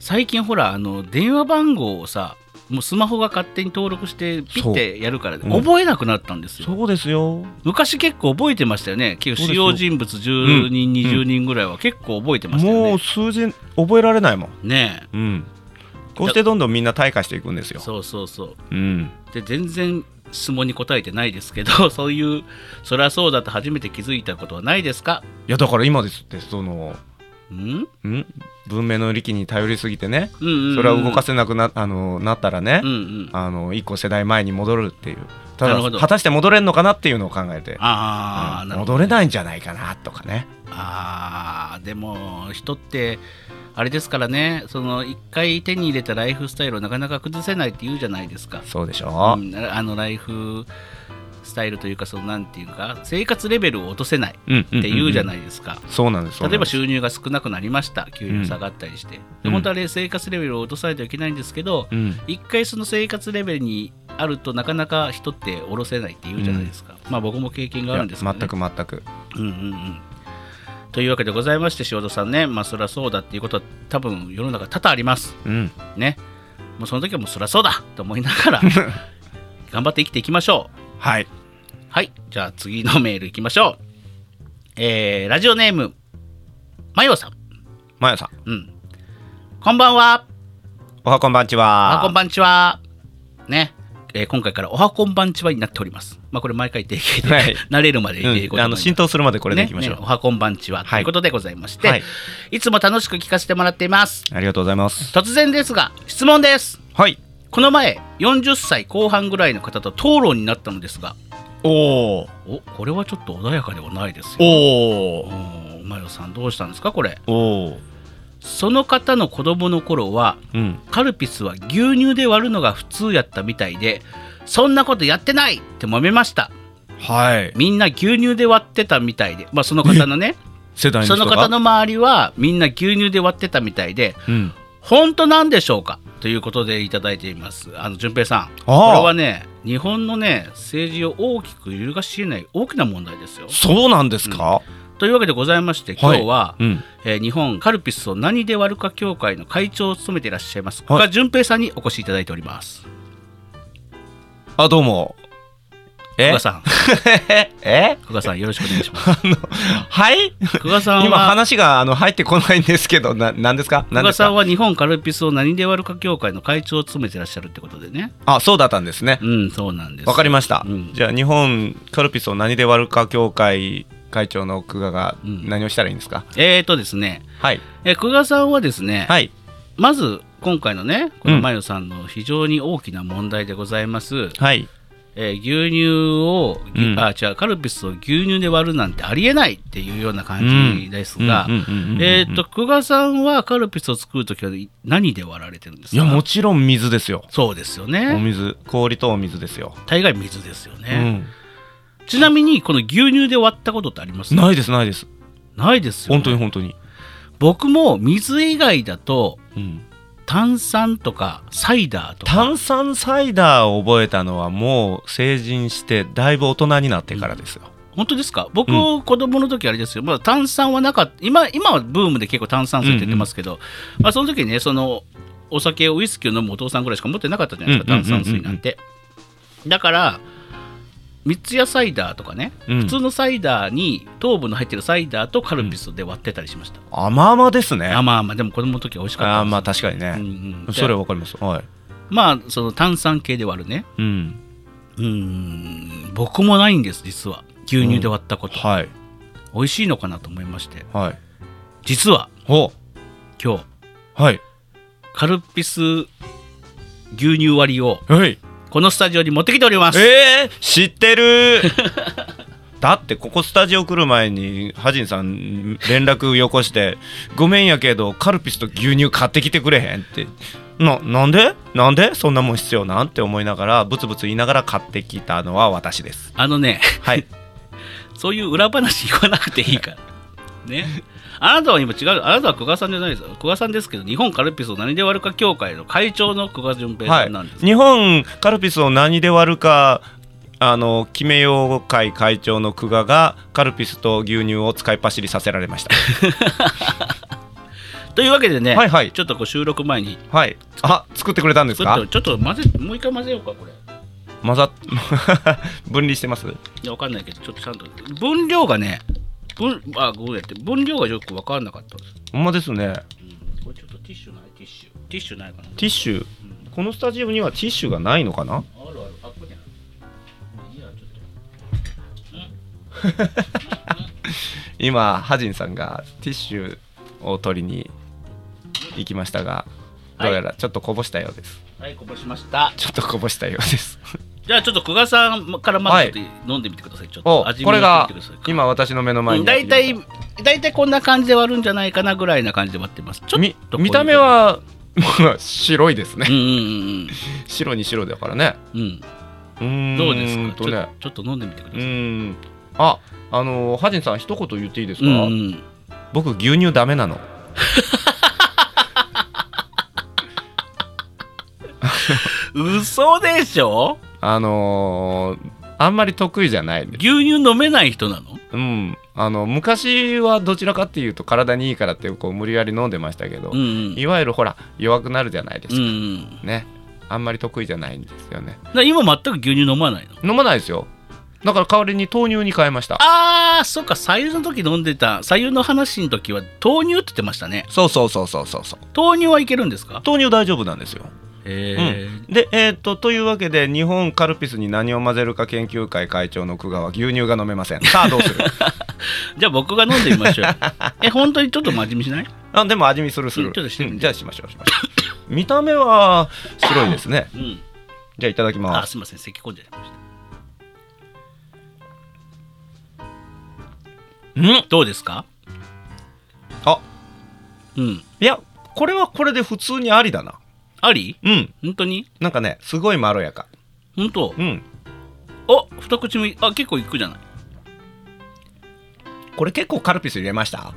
Speaker 1: 最近ほら、あの電話番号をさ、もうスマホが勝手に登録してピッてやるから、
Speaker 2: うん
Speaker 1: 覚えなくなったんですよ。
Speaker 2: そうですよ
Speaker 1: 昔結構覚えてましたよね結構
Speaker 2: そ
Speaker 1: 主
Speaker 2: うですよ
Speaker 1: 要人物10人、
Speaker 2: うん
Speaker 1: 20人ぐらいは結構覚えてましたよね
Speaker 2: もう数字覚えられないもん
Speaker 1: ね
Speaker 2: うんこうしてどんどんみんな退化していくんです
Speaker 1: え
Speaker 2: よ
Speaker 1: そうそうそう
Speaker 2: うん
Speaker 1: で全然質問に答えてないですけど そういうそりゃそうだと初めて気づいたことはないですか
Speaker 2: いやだから今ですってその
Speaker 1: うん
Speaker 2: ん文明の利器に頼りすぎてね
Speaker 1: うんうんうん
Speaker 2: それは動かせなくなあのなったらね、
Speaker 1: うんうんあ
Speaker 2: あの一個世代前に戻るっていうた
Speaker 1: なるほ
Speaker 2: だ
Speaker 1: ど
Speaker 2: 果たして戻れるのかなっていうのを考えて、
Speaker 1: あー、
Speaker 2: うん
Speaker 1: なるほど
Speaker 2: 戻れないんじゃないかなとかね
Speaker 1: あーでも人ってあれですからねその一回手に入れたライフスタイルをなかなか崩せないって言うじゃないですか
Speaker 2: そうでしょ、
Speaker 1: うんあのライフスタイルというかそのなんていうか生活レベルを落とせないっ
Speaker 2: うん、
Speaker 1: て言うじゃないいですか、
Speaker 2: そうなんですそう
Speaker 1: 例
Speaker 2: な
Speaker 1: え
Speaker 2: ん
Speaker 1: ば
Speaker 2: です
Speaker 1: 収入が少なくなりました給料下がったりして、で本当はね生活レベルを落とさないといけないんですけど、
Speaker 2: うん
Speaker 1: 一回その生活レベルにあるとなかなか人って下ろせないって言うじゃないですか、まあ僕も経験があるんですけ
Speaker 2: い
Speaker 1: ど、
Speaker 2: や
Speaker 1: ね、
Speaker 2: 全く全く
Speaker 1: うんうんうんというわけでございまして塩田さんねまあそりゃそうだっていうことは多分世の中多々あります
Speaker 2: うん
Speaker 1: ねもうその時はもうそりゃそうだと思いながら 頑張って生きていきましょう
Speaker 2: はい
Speaker 1: はい、じゃあ次のメールいきましょう。えーラジオネーム、まよさん。
Speaker 2: まやさん
Speaker 1: うん。こんばんは。
Speaker 2: おはこんばんち
Speaker 1: お
Speaker 2: は
Speaker 1: はこんばんちは。ね。えー今回からおはこんばんちはになっております。まあこれ毎回定型で、
Speaker 2: はい
Speaker 1: 慣れるまで
Speaker 2: うん
Speaker 1: 英語で、
Speaker 2: あの浸透するまでこ
Speaker 1: こ
Speaker 2: れでいきましょう、
Speaker 1: ねねおはこんばんちはということでございまして、
Speaker 2: はいい、
Speaker 1: つも楽しく聞かせてもらっています。
Speaker 2: ありがとうございます
Speaker 1: 突然ですが、質問です。
Speaker 2: はい
Speaker 1: この前、40歳後半ぐらいの方と討論になったのですが、
Speaker 2: おー
Speaker 1: おこれはちょっと穏やかではないですよ。
Speaker 2: おー
Speaker 1: うんマヨさんどうしたんですかこれ
Speaker 2: おー
Speaker 1: その方の子供の頃は
Speaker 2: うん
Speaker 1: カルピスは牛乳で割るのが普通やったみたいでそんなことやってないって揉めました
Speaker 2: はい
Speaker 1: みんな牛乳で割ってたみたいでまあその方のね
Speaker 2: 世代
Speaker 1: そ
Speaker 2: の人
Speaker 1: の
Speaker 2: が
Speaker 1: 方の周りはみんな牛乳で割ってたみたいで
Speaker 2: うん
Speaker 1: 本当なんでしょうかということでいただいています。あの順平さん、これ
Speaker 2: ああ
Speaker 1: はね、日本のね政治を大きく揺るがしえない大きな問題ですよ。
Speaker 2: そうなんですか、
Speaker 1: というわけでございまして、今日は、
Speaker 2: うん、
Speaker 1: えー日本カルピスを何で割るか協会の会長を務めていらっしゃいます、
Speaker 2: はい
Speaker 1: 岡順平さんにお越しいただいております。
Speaker 2: あどうも
Speaker 1: 久
Speaker 2: え
Speaker 1: 我さん、
Speaker 2: え
Speaker 1: 久我さんよろしくお願いし ます。
Speaker 2: はい
Speaker 1: 久我さん
Speaker 2: 今
Speaker 1: は
Speaker 2: 話があの入ってこないんですけどななんですか
Speaker 1: 久
Speaker 2: 何で
Speaker 1: 我
Speaker 2: す
Speaker 1: さん
Speaker 2: か
Speaker 1: は日本カルピスを何で割るか協会の会長を務めていらっしゃるってことでね。
Speaker 2: あそうだったんですね
Speaker 1: うん、そうなんです。
Speaker 2: わかりました、
Speaker 1: うん
Speaker 2: じゃあ日本カルピスを何で割るか協会会長の久我が
Speaker 1: うん
Speaker 2: 何をしたらいいんですか、
Speaker 1: えーとですね、
Speaker 2: はい
Speaker 1: えー久我さんはですね、
Speaker 2: はい
Speaker 1: まず今回のねこ
Speaker 2: う
Speaker 1: の
Speaker 2: ん
Speaker 1: まゆさんの非常に大きな問題でございます、
Speaker 2: はい
Speaker 1: えー牛乳を、ぎ
Speaker 2: うん
Speaker 1: あ違うカルピスを牛乳で割るなんてありえないっていうような感じですが、えーっと久我さんはカルピスを作るときはい何で割られてるんですか
Speaker 2: いやもちろん水ですよ
Speaker 1: そうですよ
Speaker 2: お
Speaker 1: ね
Speaker 2: 水氷とお水ですよ、
Speaker 1: 大概水ですよね、ちなみにこの牛乳で割ったことってありま
Speaker 2: う
Speaker 1: す
Speaker 2: んないですないです
Speaker 1: ないですよね、
Speaker 2: 本当に本当に、
Speaker 1: 僕も水以外だと
Speaker 2: うん、
Speaker 1: 炭酸とかサイダーとか
Speaker 2: 炭酸サイダーを覚えたのはもう成人してだいぶ大人になってからですよ、
Speaker 1: 本当ですか僕、子供の時あれですよ、まあ、炭酸はなかった今今はブームで結構炭酸水って言ってますけど、まあ、その時ねそのお酒をウイスキーを飲むお父さんぐらいしか持ってなかったじゃないですか、
Speaker 2: うんうんうんうん
Speaker 1: 炭酸水なんてだから三ツ矢サイダーとかね、
Speaker 2: うん
Speaker 1: 普通のサイダーに糖分の入ってるサイダーとカルピスで割ってたりしました、
Speaker 2: 甘々ですね
Speaker 1: あまあまあでも子供の時は美味しかったです
Speaker 2: あーまあ確かにね、
Speaker 1: うんうん
Speaker 2: それはわかりますはい、
Speaker 1: まあその炭酸系で割るね
Speaker 2: うん、
Speaker 1: うん僕もないんです実は牛乳で割ったこと、
Speaker 2: はい
Speaker 1: 美味しいのかなと思いまして
Speaker 2: はい
Speaker 1: 実は
Speaker 2: お
Speaker 1: 今日
Speaker 2: はい
Speaker 1: カルピス牛乳割りを
Speaker 2: はい
Speaker 1: このスタジオに持ってきております、
Speaker 2: えー、知っ てるだってここスタジオ来る前にハジンさん連絡よこして「ごめんやけどカルピスと牛乳買ってきてくれへん」ってななんでなんでそんなもん必要なんって思いながらブツブツ言いながら買ってきたのは私です
Speaker 1: あのね
Speaker 2: はい
Speaker 1: そういう裏話言わなくていい からねあなたは今違うあなたは久我さんじゃないですよ久我さんですけど日本カルピスを何で割るか協会の会長の久我淳平
Speaker 2: は
Speaker 1: さ
Speaker 2: い
Speaker 1: んなんです、、
Speaker 2: 日本カルピスを何で割るかあの決めよう会会長の久我がカルピスと牛乳を使いっ走りさせられました
Speaker 1: というわけでね、
Speaker 2: はいはい
Speaker 1: ちょっとこう収録前に
Speaker 2: はいあ作ってくれたんです
Speaker 1: ちょっ
Speaker 2: か
Speaker 1: とちょっと混ぜもう一回混ぜようかこれ
Speaker 2: 混ざっ 分離してます
Speaker 1: いやわかんないけどちょっとちゃんと分量がね分あごめんやって分量がよく分かんなかったです、
Speaker 2: ほんまですね
Speaker 1: これちょっとティッシュないティッシュティッシュないかな
Speaker 2: ティッシュこのスタジオにはティッシュがないのかな
Speaker 1: あるある、あっこにある。いや、ちょっと。
Speaker 2: 今ハジンさんがティッシュを取りに行きましたがどうやらちょっとこぼしたようです、
Speaker 1: はい、こぼしました。
Speaker 2: ちょっとこぼしたようです
Speaker 1: じゃあ、ちょっと久我さんからまずちょっと飲んでみてください。ちょっと
Speaker 2: お
Speaker 1: 味見
Speaker 2: これが
Speaker 1: してみてください
Speaker 2: 今私の目の前
Speaker 1: うん
Speaker 2: に
Speaker 1: 大体、大体こんな感じで割るんじゃないかなぐらいな感じで割ってます。ちょっ
Speaker 2: み
Speaker 1: とこういう
Speaker 2: 見た目。は 白いですね
Speaker 1: うんうん
Speaker 2: 白に白だからね
Speaker 1: うんうん。
Speaker 2: う
Speaker 1: う
Speaker 2: ー
Speaker 1: ん、
Speaker 2: ん
Speaker 1: どうですか
Speaker 2: と
Speaker 1: ちょ
Speaker 2: ね
Speaker 1: ちょっと飲んでみてくだ
Speaker 2: う
Speaker 1: さい。
Speaker 2: ーんああのーハジンさん一言言っていいですか、
Speaker 1: うんうん、
Speaker 2: 僕牛乳ダメなの
Speaker 1: 嘘でしょ
Speaker 2: あのーあんまり得意じゃない
Speaker 1: 牛乳飲めない人なの
Speaker 2: うん、あの昔はどちらかっていうと体にいいからってこう無理やり飲んでましたけど、
Speaker 1: うんうん
Speaker 2: いわゆるほら弱くなるじゃないで
Speaker 1: うん
Speaker 2: す
Speaker 1: う
Speaker 2: か、
Speaker 1: ん
Speaker 2: ねあんまり得意じゃないんですよね
Speaker 1: な今全く牛乳飲まないの
Speaker 2: 飲まないですよだから代わりに豆乳に変えました
Speaker 1: あーそっか左右の時飲んでた左右の話の時は豆乳って言ってましたね
Speaker 2: そうそうそうそうそうそう
Speaker 1: 豆乳はいけるんですか
Speaker 2: 豆乳大丈夫なんですよ
Speaker 1: へ
Speaker 2: ーでえーっとというわけで日本カルピスに何を混ぜるか研究会会長の久我は牛乳が飲めません さあどうする
Speaker 1: じゃあ僕が飲んでみまし ょうよえ本当にちょっと真面目しない
Speaker 2: あでも味見するす
Speaker 1: う
Speaker 2: る
Speaker 1: んちょっとしてみて
Speaker 2: うんじゃあしましょうしましょう見た目は白いですね
Speaker 1: うん
Speaker 2: じゃあいただき
Speaker 1: あ
Speaker 2: ます
Speaker 1: すいません咳込んじゃいました
Speaker 2: うん
Speaker 1: どうですか
Speaker 2: あ
Speaker 1: うん
Speaker 2: いやこれはこれで普通にありだな
Speaker 1: あり
Speaker 2: うん
Speaker 1: 本当に
Speaker 2: なんかねすごいまろやか
Speaker 1: 本当
Speaker 2: うん
Speaker 1: あ二口目あ結構いくじゃない
Speaker 2: これ結構カルピス入れました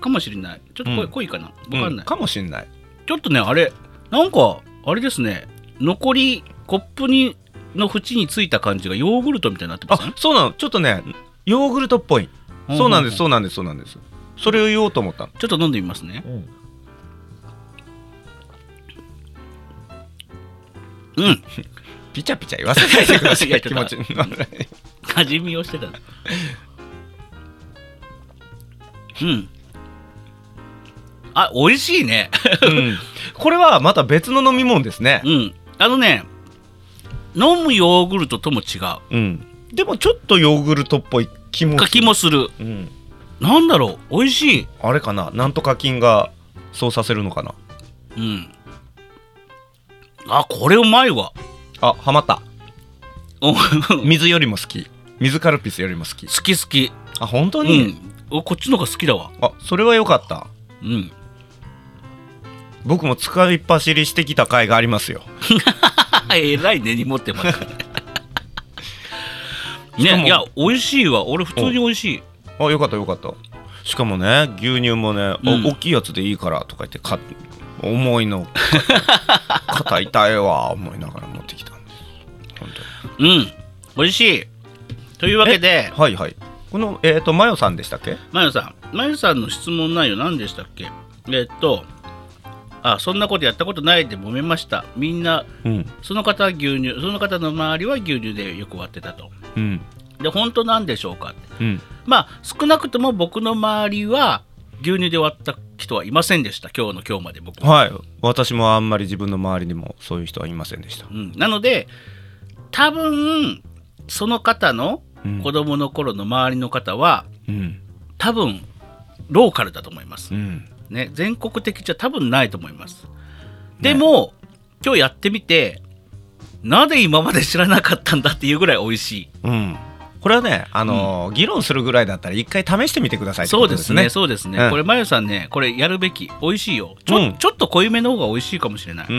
Speaker 1: かもしれないちょっと濃い,、
Speaker 2: うん
Speaker 1: 濃いかなわかんない、
Speaker 2: うかもしんない
Speaker 1: ちょっとねあれなんかあれですね残りコップにの縁についた感じがヨーグルトみたいになってます
Speaker 2: あ
Speaker 1: ね
Speaker 2: そうなのちょっとねヨーグルトっぽいそうなんですそうなんですそうなんですそれを言おうと思ったの
Speaker 1: ちょっと飲んでみますねうん
Speaker 2: ピチャ ピチャ言わせないでくださ
Speaker 1: いや
Speaker 2: い
Speaker 1: ち
Speaker 2: 気
Speaker 1: ょ
Speaker 2: 持
Speaker 1: っと
Speaker 2: ち
Speaker 1: 味見をしてたうんあ美味しいね
Speaker 2: うんこれはまた別の飲み物ですね
Speaker 1: うんあのね飲むヨーグルトとも違う
Speaker 2: うんでもちょっとヨーグルトっぽい気もする
Speaker 1: かきもする
Speaker 2: うん
Speaker 1: なんだろう美味しい
Speaker 2: あれかななんとか菌がそうさせるのかな
Speaker 1: うんあこれうまいわ
Speaker 2: あハマった
Speaker 1: うん好
Speaker 2: 水よりも好き水カルピスよりも好き
Speaker 1: き好き
Speaker 2: あ本当
Speaker 1: う
Speaker 2: に、
Speaker 1: んおこっちの方が好きだわ
Speaker 2: あそれは良かった
Speaker 1: うん
Speaker 2: 僕も使いっ走りしてきた甲斐がありますよ、
Speaker 1: えらい根に持ってますね
Speaker 2: しか
Speaker 1: ね
Speaker 2: も
Speaker 1: いや美味しいわ俺普通に美味しい
Speaker 2: あよかったよかったしかもね牛乳もね、あ
Speaker 1: うん
Speaker 2: 大きいやつでいいからとか言ってか重いの 肩痛いわ思いながら持ってきたんです本
Speaker 1: うん美味しいというわけで
Speaker 2: 当にはいはいこのえっ、とマヨさんでしたっけ
Speaker 1: まゆさんまゆさんの質問内容何でしたっけえっとあそんなことやったことないで揉めましたみんな
Speaker 2: うん
Speaker 1: その方は牛乳その方の周りは牛乳でよく割ってたと
Speaker 2: うん
Speaker 1: で本当なんでしょうか
Speaker 2: うん
Speaker 1: まあ少なくとも僕の周りは牛乳で割った人はいませんでした今日の今日まで僕は、
Speaker 2: はい私もあんまり自分の周りにもそういう人はいませんでした、
Speaker 1: うん、なので多分その方の
Speaker 2: うん
Speaker 1: 子供の頃の周りの方は
Speaker 2: うん
Speaker 1: 多分ローカルだと思います
Speaker 2: う、ん
Speaker 1: ね、全国的じゃ多分ないと思いますでも、今日やってみてなぜ今まで知らなかったんだっていうぐらい美味しい
Speaker 2: うんこれはねあのー議論するぐらいだったら一回試してみてくださいって
Speaker 1: そ
Speaker 2: こ
Speaker 1: う
Speaker 2: と
Speaker 1: で
Speaker 2: ですすね
Speaker 1: ねそうですね、
Speaker 2: うん
Speaker 1: これまゆさんねこれやるべき美味しいよちょ,、
Speaker 2: うん
Speaker 1: ちょっと濃いめの方が美味しいかもしれない、
Speaker 2: うん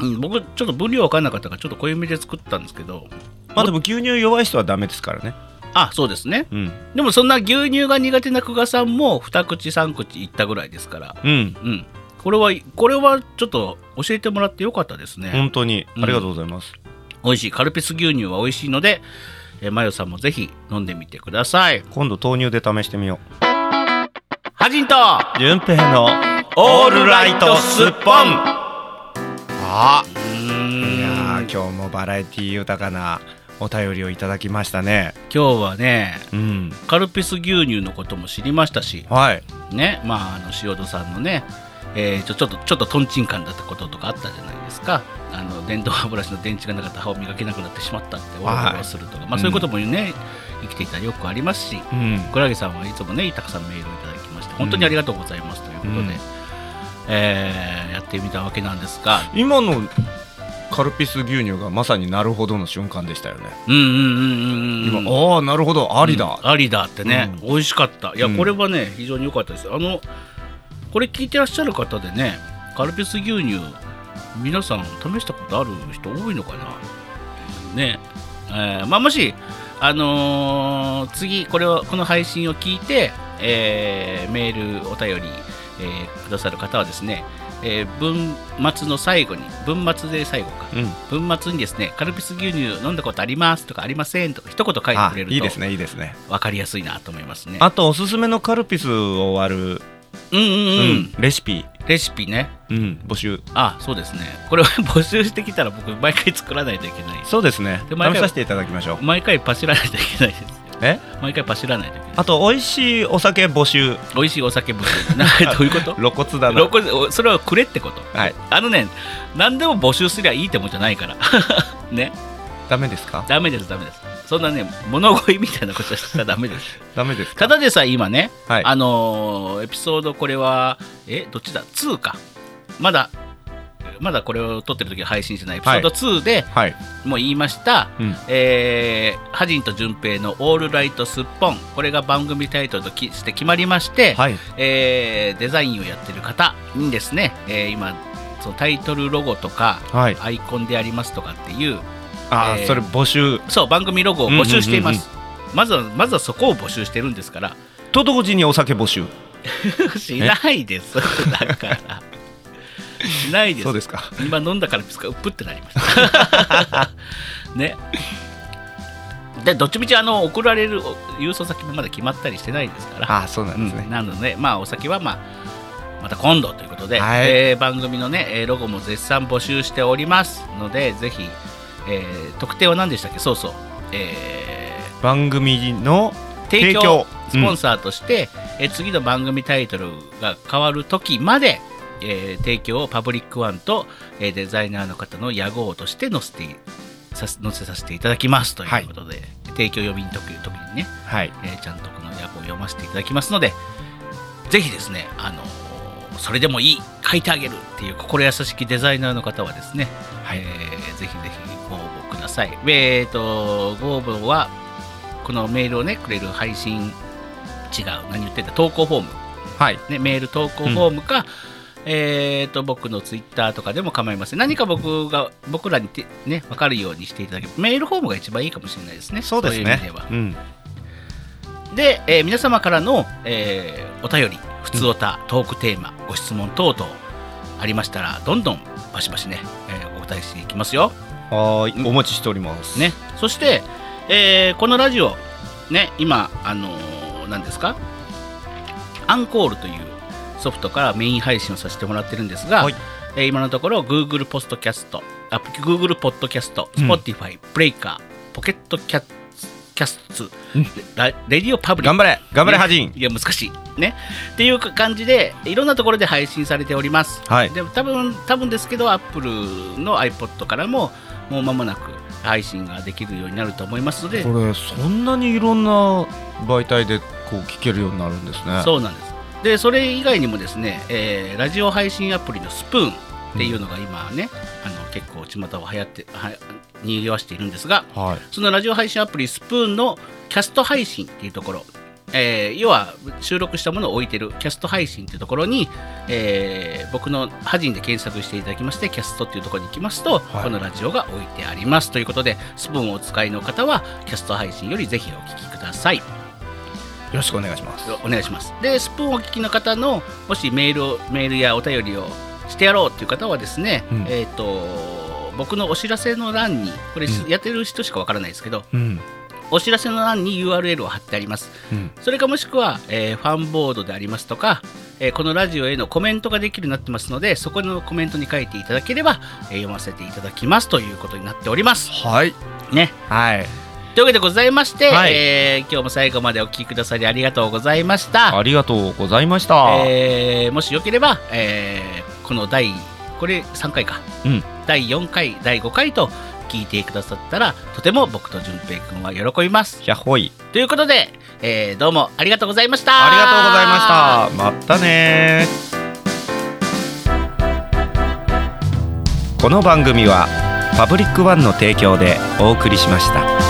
Speaker 1: うん僕ちょっと分量分かんなかったからちょっと濃いめで作ったんですけど
Speaker 2: まあでも牛乳弱い人はダメですからね
Speaker 1: あそうですね
Speaker 2: うん
Speaker 1: でもそんな牛乳が苦手な久我さんも2口3口いったぐらいですから
Speaker 2: うん
Speaker 1: うんこれはこれはちょっと教えてもらってよかったですね、
Speaker 2: 本当にあ
Speaker 1: うん
Speaker 2: りがとうございます、
Speaker 1: 美味しいカルピス牛乳は美味しいので、えー、マヨさんもぜひ飲んでみてください
Speaker 2: 今度豆乳で試してみよ
Speaker 1: ハジンと
Speaker 2: う順平の
Speaker 1: オールライトスッポン
Speaker 2: あいやー
Speaker 1: 今
Speaker 2: 今日もバラエティ豊かなお便りをいただきましたね
Speaker 1: 日はね
Speaker 2: うん
Speaker 1: カルピス牛乳のことも知りましたし
Speaker 2: はい
Speaker 1: ねまああの塩戸さんのね、えーちょちょっとちょっとトンチンカンだったこととかあったじゃないですかあの電動歯ブラシの電池がなかった歯を磨けなくなってしまったっておわおわするとか、まあ、そういうこともね、生きていたらよくありますし
Speaker 2: うん
Speaker 1: クラゲさんはいつもねたくさんメールをいただきまして本当にありがとうございますということで、
Speaker 2: うん
Speaker 1: えーやってみたわけなんですが
Speaker 2: 今のカルピス牛乳がまさになるほどの瞬間でしたよね、
Speaker 1: うんうんうんうんうん
Speaker 2: 今ああなるほどありだ、
Speaker 1: うんありだってね、美味しかったいや
Speaker 2: うん
Speaker 1: これはね非常に良かったですあのこれ聞いてらっしゃる方でねカルピス牛乳皆さん試したことある人多いのかなねえーまあもしあのー次これをこの配信を聞いて、えーメールお便り、えーくださる方はですね、えー文末の最後に文末で最後か、
Speaker 2: うん
Speaker 1: 文末にですねカルピス牛乳飲んだことありますとかありませんとか一言書いて
Speaker 2: あ
Speaker 1: くれると
Speaker 2: いいですねいいですね
Speaker 1: 分かりやすいなと思いますね。
Speaker 2: あとおすすめのカルピスを割る、
Speaker 1: うんうん
Speaker 2: う
Speaker 1: うん、
Speaker 2: レシピ、
Speaker 1: レシピね。
Speaker 2: うん、募集
Speaker 1: あそうですね。これは 募集してきたら僕毎回作らないといけない。
Speaker 2: そうですね
Speaker 1: で毎
Speaker 2: 試
Speaker 1: 回
Speaker 2: させていただきましょう
Speaker 1: 毎回パシらないといけないです。
Speaker 2: え
Speaker 1: 毎回パシらないといけない。
Speaker 2: あと美味しいお酒募集
Speaker 1: 美味しいお酒も などういうこと
Speaker 2: 露骨だ
Speaker 1: 露
Speaker 2: な
Speaker 1: 骨おそれはくれってこと。
Speaker 2: はい
Speaker 1: あのね、何でも募集すりゃいいってもんじゃないから。 ね、
Speaker 2: ダメですか
Speaker 1: ダメです、ダメです。そんなね、物乞いみたいなことしたらダメです。
Speaker 2: ダメですか
Speaker 1: ただでさえ今ね、
Speaker 2: はい
Speaker 1: あのーエピソードこれはえどっちだ2かまだまだこれを撮ってる時は配信してないエピソード2で、
Speaker 2: はい
Speaker 1: もう言いました、
Speaker 2: うん
Speaker 1: えー、ハジンと順平の「オールライトすっぽん」これが番組タイトルときして決まりまして、
Speaker 2: はい
Speaker 1: えーデザインをやってる方にですね、えー今そのタイトルロゴとか
Speaker 2: はい
Speaker 1: アイコンでありますとかっていう
Speaker 2: あー、
Speaker 1: えー
Speaker 2: それ募集
Speaker 1: そう番組ロゴを募集しています、まずはまずはそこを募集してるんですから
Speaker 2: と同時にお酒募集
Speaker 1: しないですだからしないです
Speaker 2: そうですか
Speaker 1: 今飲んだからですかうっぷってなりましたねでどっちみちあの送られるお郵送先もまだ決まったりしてないですから
Speaker 2: あそうなんです
Speaker 1: う
Speaker 2: ね
Speaker 1: ん、なので、まあ、お酒は、まあ、また今度ということで、
Speaker 2: はい
Speaker 1: えー番組の、ね、えーロゴも絶賛募集しておりますのでぜひ、えー特典は何でしたっけそうそう、え
Speaker 2: 番組の
Speaker 1: ー提供
Speaker 2: 提供
Speaker 1: スポンサーとして、えー次の番組タイトルが変わる時まで、えー提供をパブリックワンと、えーデザイナーの方の屋号として載せてさせ載せさせていただきますということで、提供呼びにとく時にね
Speaker 2: はい
Speaker 1: えーちゃんとこの訳を読ませていただきますので、ぜひですね、あのーそれでもいい、書いてあげるっていう心優しきデザイナーの方はですね、
Speaker 2: はい
Speaker 1: えーぜひぜひご応募ください。えー、とご応募は、このメールをね、くれる配信、違う、何言ってんだ、投稿フォーム、
Speaker 2: はい
Speaker 1: ね、メール投稿フォームか、えー、と僕のツイッターとかでも構いません。何か僕が僕らにて、ね、分かるようにしていただけメールフォームが一番いいかもしれないですね。
Speaker 2: そうです
Speaker 1: いう意味
Speaker 2: ね
Speaker 1: では
Speaker 2: うん
Speaker 1: で、えー皆様からの、えーお便り、普通おた、トークテーマ、ご質問等々ありましたら、どんどんバシバシね、えーお答えしていきますよ。
Speaker 2: はーいお待ちしております
Speaker 1: ね、そして、えーこのラジオ、ね、今、あのー何ですか、アンコールというソフトからメイン配信をさせてもらってるんですが、
Speaker 2: はい
Speaker 1: えー今のところ Google ポストキャスト、あ Google ポッドキャスト、
Speaker 2: うん
Speaker 1: Spotify、ブレイカー、ポケットキャッツキャスツ、
Speaker 2: うん
Speaker 1: ラレディオパブリック
Speaker 2: 頑張れ頑張れ
Speaker 1: ね
Speaker 2: ハジン
Speaker 1: いや難しいねっていう感じでいろんなところで配信されております、
Speaker 2: はい
Speaker 1: でも多分多分ですけど Apple の iPod からももう間もなく配信ができるようになると思いますので
Speaker 2: れそんなにいろんな媒体でこう聞けるようになるんですね
Speaker 1: そうなんですでそれ以外にもですね、えーラジオ配信アプリのスプーンっていうのが今ね、あの結構巷を流行ってはにぎわしているんですが
Speaker 2: はい
Speaker 1: そのラジオ配信アプリスプーンのキャスト配信っていうところ、えー要は収録したものを置いてるキャスト配信っていうところに、えー僕のハジンで検索していただきましてキャストっていうところに行きますと、
Speaker 2: はい
Speaker 1: このラジオが置いてありますということでスプーンをお使いの方はキャスト配信よりぜひお聞きください
Speaker 2: よろしくお願いします
Speaker 1: お願いしますでスプーンをお聞きの方のもしメールをメールやお便りをしてやろうっていう方はですね、
Speaker 2: うん
Speaker 1: えっ、と僕のお知らせの欄にこれ
Speaker 2: うん
Speaker 1: やってる人しかわからないですけど、
Speaker 2: うん
Speaker 1: お知らせの欄に URL を貼ってあります。
Speaker 2: うん
Speaker 1: それかもしくは、えーファンボードでありますとか、えーこのラジオへのコメントができるようになってますので、そこのコメントに書いていただければ、えー読ませていただきますということになっております。
Speaker 2: はい
Speaker 1: ね。
Speaker 2: はい
Speaker 1: というわけでございまして、
Speaker 2: はい
Speaker 1: えー今日も最後までお聞きくださりありがとうございました。
Speaker 2: ありがとうございました、
Speaker 1: えーもしよければ、えーこの第、これ3回か。
Speaker 2: うん
Speaker 1: 第4回、第5回と聞いてくださったら、とても僕と淳平君は喜びます。
Speaker 2: やっほい
Speaker 1: ということで、えーどうもありがとうございました
Speaker 2: ありがとうございましたまたねこの番組はパブリックワンの提供でお送りしました